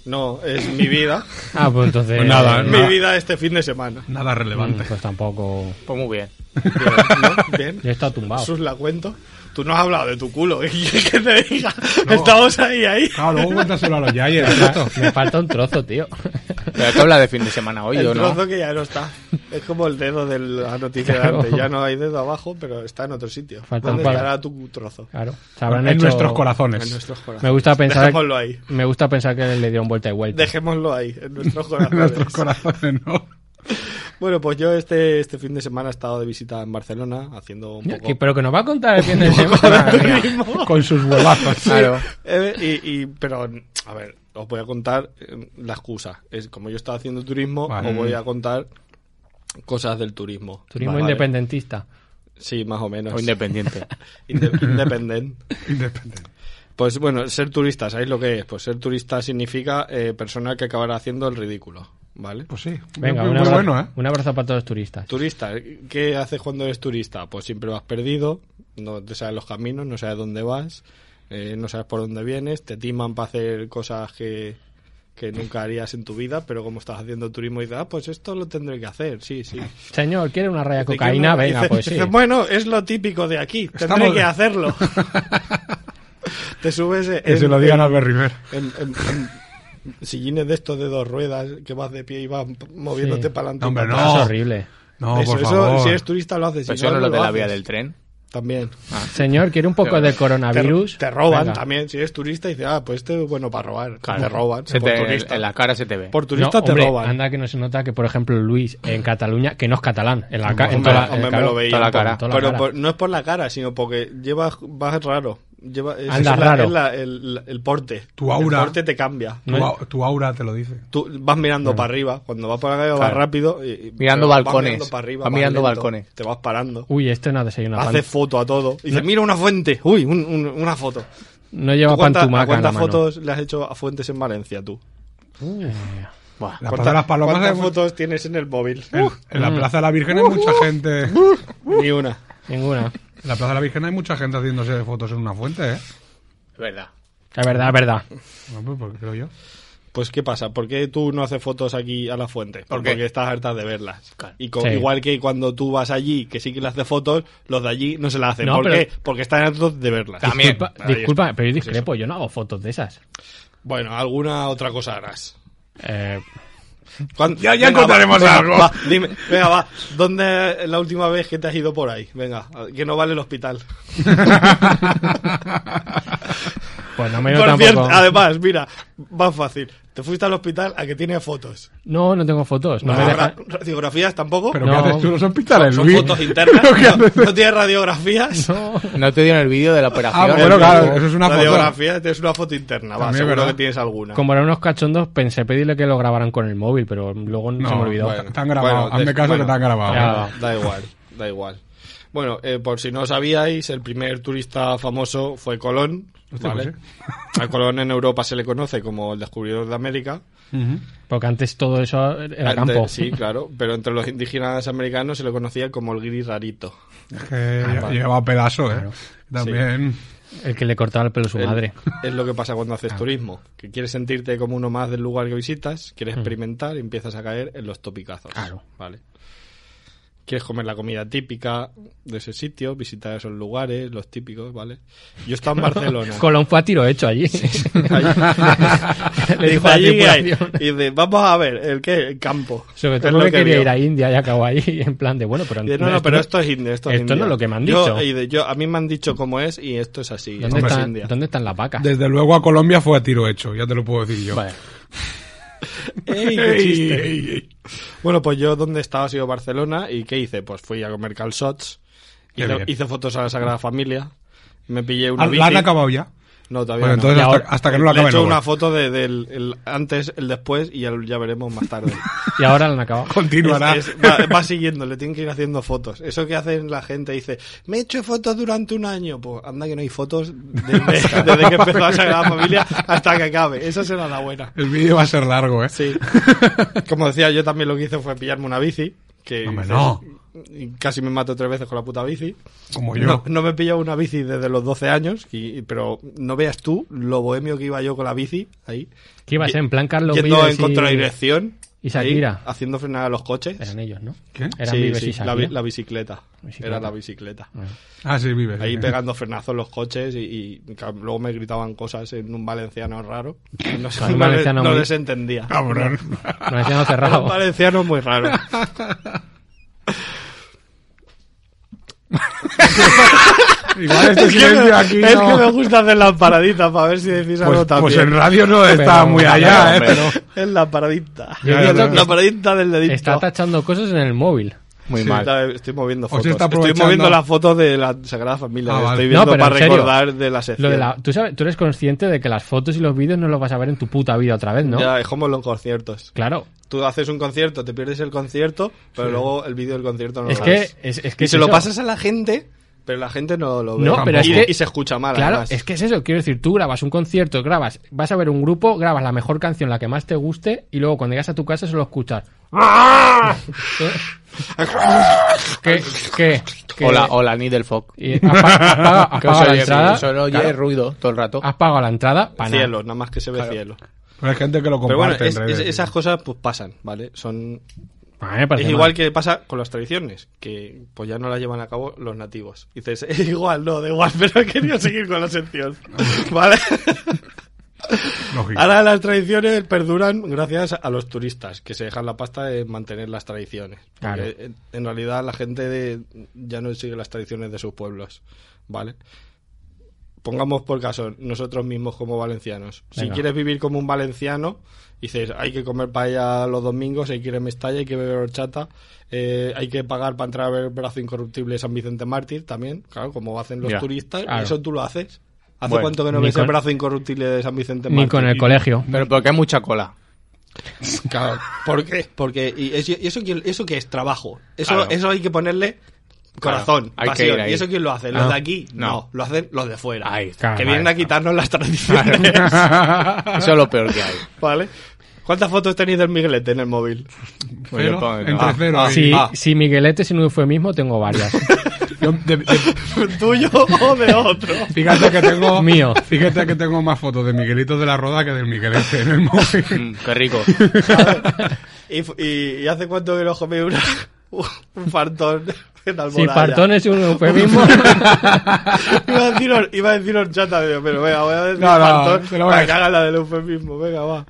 S5: No, es mi vida.
S4: Ah, pues entonces...
S3: Pues nada,
S4: eh,
S5: mi
S3: nada.
S5: vida este fin
S3: (laughs)
S5: de semana.
S3: Nada relevante.
S4: mm, Pues tampoco...
S6: Pues muy bien.
S5: Bien, Mm. ¿no? Bien.
S4: Yo he estado tumbado.
S5: Sus la cuento. Tú no has hablado de tu culo, (laughs) ¿qué quieres que te diga? Estamos ahí, ahí.
S3: Claro, luego cuéntaselo a los Giants,
S4: Ah,
S3: chato.
S4: Me falta un trozo, tío. (laughs)
S6: Pero que habla de fin de semana hoy, ¿o
S5: El
S6: no?
S5: trozo que ya no está. Es como el dedo de la noticia de antes. Ya no hay dedo abajo, pero está en otro sitio.
S4: Falta
S5: ¿Dónde
S4: un par-
S5: estará tu trozo?
S4: Claro. Se habrán
S3: En
S4: hecho-
S3: nuestros
S5: En
S3: corazones.
S5: nuestros corazones.
S4: Me gusta pensar...
S5: Dejémoslo ahí.
S4: Me gusta pensar que le dieron vuelta y vuelta.
S5: Dejémoslo ahí, en nuestros
S3: En
S5: corazones.
S3: nuestros corazones, ¿no?
S5: Bueno, pues yo este, este fin de semana he estado de visita en Barcelona haciendo un poco...
S4: Que- Pero que nos va a contar el
S5: (laughs)
S4: fin de semana.
S3: Con sus huevazos.
S6: Claro.
S5: Eh, y, y- pero, a ver, os voy a contar eh, la excusa. Es como yo estaba haciendo turismo,
S3: Vale.
S5: os voy a contar cosas del turismo.
S4: Turismo
S5: Vale.
S4: independentista.
S5: Sí, más o menos.
S6: O independiente.
S5: Inde- Independent.
S3: Independiente.
S5: Pues bueno, ser turista, ¿sabéis lo que es? Pues ser turista significa eh, persona que acabará haciendo el ridículo, ¿vale?
S3: Pues sí.
S4: Venga,
S3: muy,
S4: un
S3: muy
S4: abrazo,
S3: bueno, ¿eh?
S4: un abrazo para todos los turistas.
S5: Turista, ¿qué haces cuando eres turista? Pues siempre vas perdido, no te sabes los caminos, no sabes dónde vas, eh, no sabes por dónde vienes, te timan para hacer cosas que, que nunca harías en tu vida, pero como estás haciendo turismo y dices, ah, pues esto lo tendré que hacer, sí, sí.
S4: Señor, ¿quiere una raya de
S5: Te
S4: cocaína?
S5: quema-
S4: Venga,
S5: dices-
S4: pues sí.
S5: dices, (laughs) Bueno, es lo típico de aquí, tendré
S3: Estamos-
S5: que hacerlo. te subes en,
S3: Que se lo digan a
S5: en,
S3: Albert Rivera.
S5: en- en- en sillines de estos de dos ruedas que vas de pie y vas moviéndote
S4: Sí.
S5: para adelante.
S3: No, hombre,
S4: Eso
S3: no.
S4: es horrible.
S3: No,
S5: eso,
S3: por
S5: eso,
S3: favor.
S5: si eres turista lo haces. si
S6: Pero eso Pues no es
S5: no
S6: lo de
S5: lo
S6: la vía
S5: haces.
S6: del tren.
S5: También.
S4: Señor, ¿quiere un poco de
S5: Te,
S4: coronavirus?
S5: te roban
S4: Venga.
S5: también. Si eres turista y dices, ah, pues este es bueno para robar.
S6: Claro.
S5: Te roban.
S6: Se
S5: por
S6: te-
S5: turista.
S6: en la cara se te ve.
S5: Por turista
S4: No,
S5: te
S4: hombre,
S5: roban.
S4: Anda que no se nota que, por ejemplo, Luis en Cataluña, que no es catalán, en la, ca- en
S5: Hombre,
S4: toda la-
S5: hombre,
S4: eh,
S5: me
S4: claro,
S5: lo veía.
S6: toda la cara.
S4: en toda la
S5: Pero
S4: cara.
S5: por- no es por la cara, sino porque llevas, vas raro. Lleva, es-
S4: Andas
S5: es la-
S4: raro.
S5: es la- el, el porte.
S3: Tu aura.
S5: El porte te cambia.
S3: Tu, au- tu aura te lo dice.
S5: Tú vas mirando para arriba. Cuando vas por la calle vas
S6: Claro.
S5: rápido. y- y- pero
S6: Mirando
S5: vas
S6: balcones.
S5: mirando para arriba,
S6: Vas mirando
S5: lento,
S6: balcones.
S5: Te vas parando.
S4: Uy, este no ha desayunado. pan-
S5: Haces foto a todo. Y dices, mira una fuente. Uy, un- un- una foto.
S4: No lleva
S5: ¿Tú cuánta-
S4: pantumaca
S5: a ¿Cuántas
S4: en la mano.
S5: fotos le has hecho a fuentes en Valencia tú?
S6: Buah.
S3: La Plaza de
S5: ¿Cuánta-
S3: Uh, las Palomas
S5: ¿Cuántas
S3: hay-
S5: fotos Mm. tienes en el móvil?
S3: En, en la Plaza de la Virgen hay mucha gente. uh.
S5: Ni una.
S4: Ninguna.
S3: En la Plaza de la Virgen hay mucha gente haciéndose fotos en una fuente, ¿eh?
S6: Es verdad.
S4: Es verdad, es verdad.
S3: No, pues, porque creo yo.
S5: Pues ¿qué pasa? ¿Por qué tú no haces fotos aquí a la fuente?
S6: ¿Por qué?
S5: Porque estás harta de verlas. Y co-
S4: Sí.
S5: igual que cuando tú vas allí, que sí que le haces fotos, los de allí no se las hacen.
S4: No,
S5: ¿Por
S4: pero-
S5: qué? Porque están hartos de verlas.
S6: También.
S4: Disculpa,
S5: Ahí
S4: disculpa,
S5: está.
S4: pero yo
S5: Pues
S4: discrepo, yo no hago fotos de esas.
S5: (laughs) Bueno, alguna otra cosa harás.
S4: Eh,
S5: Cuan-
S3: Ya- ya
S5: va,
S3: encontraremos
S5: venga,
S3: algo.
S5: va, dime, venga, va. ¿Dónde es la última vez que te has ido por ahí? Venga, a- que no vale el hospital.
S4: pues no me veo
S5: Por cierto,
S4: tampoco.
S5: además, mira, más fácil. Te fuiste al hospital a que tiene fotos.
S4: No, no tengo fotos. No, me
S5: Ahora,
S4: dejan-
S5: ¿Radiografías tampoco?
S3: ¿Pero
S4: No.
S3: qué haces tú en los hospitales,
S5: Son
S3: Luis?
S5: fotos internas.
S3: ¿Pero (laughs) qué haces?
S5: ¿No, no tienes radiografías? (laughs)
S4: No.
S6: No te dieron el vídeo de la operación.
S3: Ah, bueno, claro, eso es una foto.
S5: Radiografía, es una foto interna, va,
S3: También,
S5: seguro
S3: ¿verdad?
S5: que tienes alguna.
S4: Como eran unos cachondos, pensé pedirle que lo grabaran con el móvil, pero luego se me olvidó.
S3: bueno. Te han grabado, hazme
S5: des-
S3: caso que te han grabado.
S5: Da, da igual, da igual. Bueno, eh, por si no sabíais, el primer turista famoso fue Colón.
S3: Hostia,
S5: ¿vale?
S3: pues
S5: A Colón en Europa se le conoce como el descubridor de América.
S4: Porque antes todo eso era
S5: Antes-
S4: campo.
S5: Sí, claro, pero entre los indígenas americanos se le conocía como el gris rarito.
S3: Es que lle- lleva pedazo, ¿eh? También.
S4: El que le cortaba el pelo a su
S5: El-
S4: madre.
S5: Es lo que pasa cuando
S4: Ah.
S5: haces turismo, que quieres sentirte como uno más del lugar que visitas, quieres experimentar y empiezas a caer en los topicazos.
S4: Mm. Claro.
S5: Vale. Quieres comer la comida típica de ese sitio, visitar esos lugares, los típicos, ¿vale? Yo estaba
S4: (laughs)
S5: en Barcelona.
S4: Colón fue a tiro hecho allí.
S5: Allí-
S4: Le dijo
S5: Le dijo,
S4: a la
S5: "Allí, ¿qué hay?".
S4: tripulación.
S5: Y dice, vamos a ver, ¿el qué? El campo.
S4: (laughs) Sobre
S5: Es
S4: todo
S5: lo
S4: porque
S5: que
S4: quería
S5: vio.
S4: ir a India y acabó ahí (laughs) en plan de bueno, pero
S5: Y dice, no, no, pero esto es India. Esto, es
S4: esto no
S5: India".
S4: es lo que me han
S5: Yo-
S4: dicho.
S5: y de- yo- a mí me han dicho cómo es y esto es así.
S4: ¿Dónde,
S5: esto es
S4: están,
S5: India.
S4: ¿Dónde están las vacas?
S3: Desde luego a Colombia fue a tiro hecho, ya te lo puedo decir yo.
S4: Vale.
S5: (laughs) (laughs) ¡Ey, qué chiste! Bueno, pues yo donde estaba ha sido Barcelona y ¿qué hice? Pues fui a comer calzots,
S3: Qué
S5: hice,
S3: bien.
S5: hice fotos a la Sagrada Familia, me pillé una
S3: Ah,
S5: bici.
S3: ¿La han acabado ya?
S5: No, todavía
S3: Bueno,
S5: no.
S3: entonces
S4: Y
S3: hasta,
S4: ahora-
S3: hasta que no la
S5: Le he
S3: acaben.
S5: hecho
S3: no
S5: una
S3: voy.
S5: foto de- del el antes, el después y ya, ya veremos más tarde.
S4: Y ahora la han acabado.
S3: (laughs)
S5: (laughs)
S3: Continuará.
S5: Es- es- va, va siguiendo, le tienen que ir haciendo fotos. Eso que hacen la gente, dice, me he hecho fotos durante un año. Pues anda que no hay fotos (laughs) desde, desde que empezó la Sagrada Familia hasta que acabe. Esa será la buena.
S3: (laughs) El vídeo va a ser largo, ¿eh?
S5: Sí. Como decía, yo también lo que hice fue pillarme una bici. Que
S3: Hombre,
S5: dices,
S3: no.
S5: y Casi me mato tres veces con la puta bici.
S3: Como yo.
S5: No, no me he pillado una bici desde los 12 años, y- y- pero no veas tú lo bohemio que iba yo con la bici ahí.
S4: Que iba a ser en plan Carlos
S5: Yendo
S4: Vives
S5: en
S4: y-
S5: contradirección.
S4: y Shakira.
S5: ahí, haciendo frenar a los coches.
S4: Eran ellos, ¿no?
S3: ¿Qué?
S4: Eran
S5: Sí,
S4: Vives
S5: sí,
S4: y
S5: la, bi-
S4: Shakira.
S5: la bicicleta.
S4: Bicicleta.
S5: Era la bicicleta.
S3: Ah, sí, vive.
S5: Ahí
S3: sí.
S5: pegando frenazos los coches y, y ca- luego me gritaban cosas en un valenciano raro.
S4: (laughs)
S5: No, sé,
S4: Un
S5: no
S4: valenciano
S5: les, no
S4: muy-
S5: les entendía.
S3: Cabrón.
S4: Nos
S5: (laughs)
S4: decían
S5: Era un
S4: cerrado.
S5: valenciano
S4: (laughs)
S5: muy raro.
S3: Igual este
S5: (laughs) Es que, me,
S3: silencio aquí
S5: es que
S3: no...
S5: me gusta hacer las paraditas para ver si decís algo
S3: Pues, pues en
S5: también. (laughs)
S3: radio no está
S4: Pero-
S3: muy allá, ¿eh? Pero...
S5: Es la paradita.
S4: Yo he visto que
S5: La paradita del dedito.
S4: Está tachando cosas en el móvil.
S6: Muy
S5: Sí,
S6: mal.
S5: está- estoy moviendo
S3: se
S5: fotos.
S3: está
S5: Estoy
S3: aprovechando.
S5: moviendo las fotos de la Sagrada Familia.
S3: Ah,
S5: que
S3: vale.
S5: Estoy
S3: No,
S5: viendo
S4: pero
S5: para
S4: en serio.
S5: recordar de la sección.
S4: Lo de la, ¿tú, sabes, tú eres consciente de que las fotos y los vídeos no los vas a ver en tu puta vida otra vez, ¿no?
S5: Ya, es como los conciertos.
S4: Claro.
S5: Tú haces un concierto, te pierdes el concierto, pero luego el vídeo del concierto no
S4: Es
S5: lo
S4: que
S5: ves.
S4: es, es que
S5: y
S4: es
S5: se lo
S4: eso.
S5: pasas a la gente, Pero la gente no lo ve.
S4: No, pero es
S5: y,
S4: que-
S5: y se escucha mal,
S4: Claro,
S5: además.
S4: es que es eso, quiero decir, tú grabas un concierto, grabas, vas a ver un grupo, grabas la mejor canción, la que más te guste, y luego cuando llegas a tu casa solo
S5: (laughs)
S4: escuchas. ¿Qué? ¿Qué? ¿Qué?
S6: Hola, hola, Needle Fog.
S4: Y has
S5: (laughs)
S4: pa- has pagado- has
S6: Que os
S4: pagado la
S6: oye-
S4: entrada.
S6: Solo oye
S4: claro, Ah.
S6: ruido todo el rato.
S4: Has pagado la entrada para nada.
S5: Cielo, nada más que se ve cielo.
S3: Pero hay gente que lo
S5: Pero bueno,
S3: comparte
S5: es-
S3: en
S5: es-
S3: redes.
S5: esas cosas pues pasan, ¿vale? Son
S4: A mí me parece
S5: es igual
S4: mal.
S5: que pasa con las tradiciones, que pues ya no las llevan a cabo los nativos. Y dices, (laughs) es igual, no, da igual, (laughs) pero he querido seguir con la sección. ¿Vale?
S3: Lógico.
S5: Ahora las tradiciones perduran gracias a los turistas, que se dejan la pasta de mantener las tradiciones.
S4: Claro.
S5: Porque, eh, en realidad la gente de- ya no sigue las tradiciones de sus pueblos, ¿vale? Pongamos por caso, nosotros mismos como valencianos. Si
S4: Venga.
S5: quieres vivir como un valenciano, dices, hay que comer paella los domingos, hay que ir a Mestalla, hay que beber horchata, eh, hay que pagar para entrar a ver el brazo incorruptible de San Vicente Mártir también, claro, como hacen los
S6: Ya,
S5: turistas,
S4: claro.
S5: eso tú lo haces. ¿Hace
S6: Bueno,
S5: cuánto que no
S4: ni
S5: ves el
S4: con-
S5: brazo incorruptible de San Vicente Mártir?
S4: Ni con el
S5: Y-
S4: colegio.
S6: Pero porque hay mucha cola.
S5: Claro, ¿por qué? Porque y es- y eso, que- eso que es trabajo. Eso,
S6: Claro.
S5: eso hay que ponerle corazón,
S6: hay que
S5: pasión.
S6: ir ahí.
S5: ¿Y eso quién lo hace? ¿Los
S4: Ah,
S5: de aquí? No.
S6: no.
S5: lo hacen los de fuera.
S6: Ahí
S4: está.
S5: que vienen
S4: Ahí
S5: a quitarnos las
S6: (laughs)
S5: tradiciones.
S6: Eso es lo peor que hay.
S5: ¿Vale? ¿Cuántas fotos tenéis del Miguelete en el móvil? (laughs)
S6: Pues yo
S3: Cero,
S6: pongo-
S3: entre
S6: ah,
S3: cero y-
S4: Si,
S5: Ah.
S4: si Miguelete es un eufemismo, tengo varias.
S3: Yo de- de-
S5: ¿Tuyo o de
S6: (laughs)
S5: otro?
S3: fíjate que tengo
S4: (laughs) Mío.
S3: Fíjate que tengo más fotos de Miguelito de la Roda que del Miguelete en el
S5: (laughs)
S3: móvil.
S6: mm, qué rico.
S5: ¿Y, fu- y- y hace cuánto que no comí una, (laughs) un fartón en Alboraya?
S4: si Partón es un eufemismo,
S5: (laughs) Iba a decir, hor- iba a decir horchata, digo, pero venga, voy a decir
S3: No, no,
S5: fartón
S3: te lo voy a
S5: para que
S3: dejar.
S5: haga la del eufemismo. Venga, va.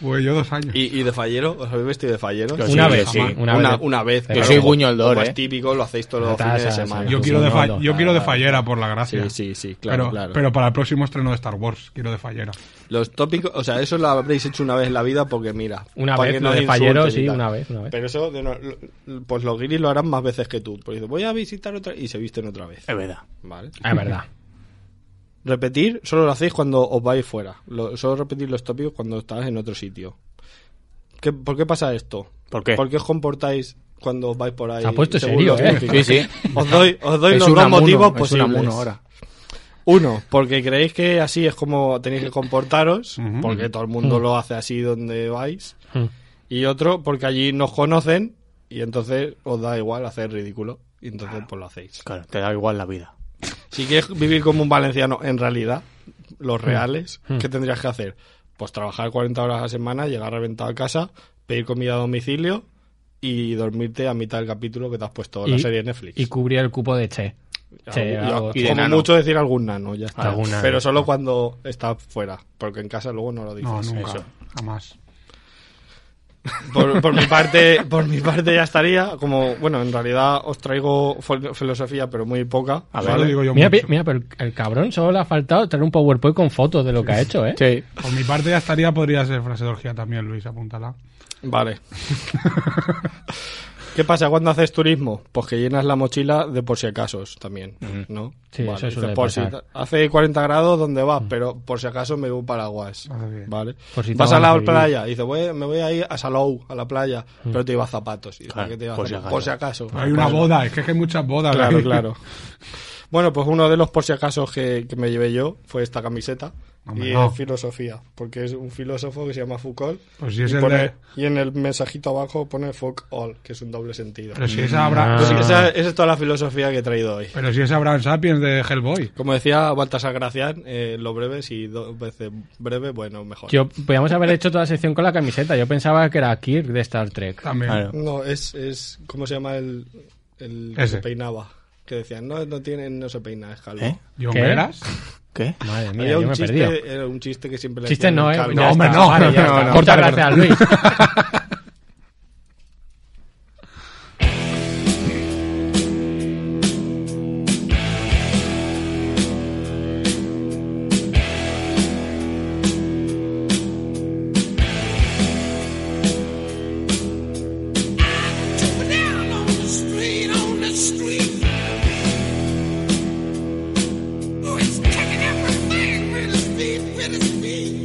S3: Pues yo dos años.
S5: ¿Y, y de fallero? ¿Os habéis vestido de fallero?
S6: Yo
S4: una
S6: sí,
S4: vez.
S6: sí.
S4: Pues Una,
S5: una,
S4: vez.
S5: una vez.
S4: Yo
S5: claro,
S6: soy
S5: como-
S6: guiñoldor,
S5: como
S6: eh.
S5: es típico, lo hacéis todos los
S4: Tasa,
S5: fines de
S4: sí.
S5: semana.
S3: yo
S4: pues
S3: quiero
S4: no,
S3: de fa-
S4: no,
S3: yo
S4: no,
S3: quiero de
S5: no,
S3: fallera por la gracia.
S5: Sí, sí, sí, claro,
S3: pero,
S5: claro.
S3: pero para el próximo estreno de Star Wars quiero de fallera.
S5: Los tópicos, o sea, eso lo habréis hecho una vez en la vida porque mira.
S4: Una
S5: para
S4: vez,
S5: que
S4: lo
S5: nos
S4: de fallero,
S5: insulten y
S4: sí,
S5: tal.
S4: una vez, una vez.
S5: Pero eso, de no- lo- pues los guiris lo harán más veces que tú. Pues dices, voy a visitar otra y se visten otra vez.
S6: Es verdad.
S5: Vale.
S4: Ah, Es verdad.
S5: Repetir solo lo hacéis cuando os vais fuera. Lo- solo repetir los tópicos cuando estáis en otro sitio. ¿Qué- ¿Por qué pasa esto?
S6: ¿Por qué?
S5: ¿Por qué os comportáis cuando os vais por ahí?
S4: Se ha puesto
S5: según
S4: serio,
S5: los
S4: ¿eh?
S5: tópicos?
S6: Sí, sí.
S5: Os doy, os doy
S6: Es
S5: los
S6: un
S5: dos
S6: amuno,
S5: motivos
S6: es un
S5: posibles.
S6: amuno ahora.
S5: Uno, porque creéis que así es como tenéis que comportaros,
S3: Ujú.
S5: porque todo el mundo
S6: Mm.
S5: lo hace así donde vais.
S4: Mm.
S5: Y otro, porque allí nos conocen y entonces os da igual hacer ridículo. Y entonces pues lo hacéis.
S6: Claro, te da igual la vida.
S5: Si quieres vivir como un valenciano en realidad, los reales, ¿qué tendrías que hacer? Pues trabajar 40 horas a la semana, llegar reventado a casa, pedir comida a domicilio y dormirte a mitad del capítulo que te has puesto en la
S4: Y-
S5: serie de Netflix.
S4: Y cubría el cupo de Che. Che,
S5: Algún-
S4: algo-
S5: y
S6: de
S5: como
S6: nano.
S5: mucho decir algún nano, ya está.
S4: Algún nano.
S5: Pero solo cuando está fuera, porque en casa luego no lo dices.
S3: No, nunca. Jamás.
S5: Por, por mi parte, por mi parte ya estaría. Como, bueno, en realidad os traigo fol- filosofía, pero muy poca.
S6: A
S3: Eso
S6: ver,
S3: lo digo yo
S4: Mira,
S3: mucho.
S4: pi- mira, pero el, el cabrón solo le ha faltado traer un PowerPoint con fotos de lo que ha hecho, ¿eh?
S6: Sí.
S3: Por mi parte ya estaría, podría ser fraseología también, Luis, apúntala.
S4: (laughs)
S5: Vale. ¿Qué pasa cuando haces turismo? Pues que llenas la mochila de por si acaso también, ¿no?
S4: Sí, eso
S5: dices,
S4: suele
S5: por si
S4: pasar.
S5: ta- hace 40 grados, ¿dónde vas? Pero por si acaso me voy un paraguas.
S3: Hace bien.
S5: ¿Vale?
S4: Ah, Por si te
S5: vas a
S4: van a
S5: la
S4: vivir.
S5: playa, y dices, voy- me voy a ir a Salou, a la playa, pero te llevas zapatos. Y dices,
S6: Claro,
S5: ¿qué te llevas
S6: por si
S5: zapatos? por si
S6: acaso.
S5: acaso.
S3: hay una boda, es que hay muchas bodas.
S5: Claro,
S3: ahí.
S5: claro. Bueno, pues uno de los por si acaso que, que me llevé yo fue esta camiseta.
S3: Hombre,
S5: y
S3: no.
S5: es filosofía, porque es un filósofo que se llama Foucault.
S3: Pues si es
S5: y,
S3: el
S5: pone-
S3: de-
S5: y en el mensajito abajo pone fuck all, que es un doble sentido.
S3: Pero si esa habrá...
S5: Pues sí,
S4: Ah.
S5: esa, esa es toda la filosofía que he traído hoy.
S3: Pero si es Abraham Sapiens de Hellboy.
S5: Como decía Baltasar Gracián, eh, lo breve, si dos veces breve, bueno, mejor.
S4: Yo, podíamos haber hecho toda la sección con la camiseta. Yo pensaba que era Kirk de Star Trek.
S3: También.
S6: Claro.
S5: No, es, es. ¿Cómo se llama el, el que
S3: Ese.
S5: se peinaba? Que decían, no, no, tiene, no se peina, es calvo.
S6: ¿Eh?
S3: John
S4: ¿Qué? (laughs)
S3: Veras.
S6: ¿Qué?
S4: Madre mía,
S5: Había
S4: yo
S5: un
S4: me he perdido.
S5: chiste, era un chiste que siempre le
S4: Chiste
S5: hacían
S4: no,
S5: al
S4: ¿eh?
S5: calvo.
S4: Ya
S3: No, hombre,
S4: está.
S3: no.
S4: Vale, ya
S3: No,
S4: está.
S3: no.
S4: Muchas gracias, Luis.
S9: Took her down on the street, on the street. Oh, he's kicking everything with his feet, with his feet.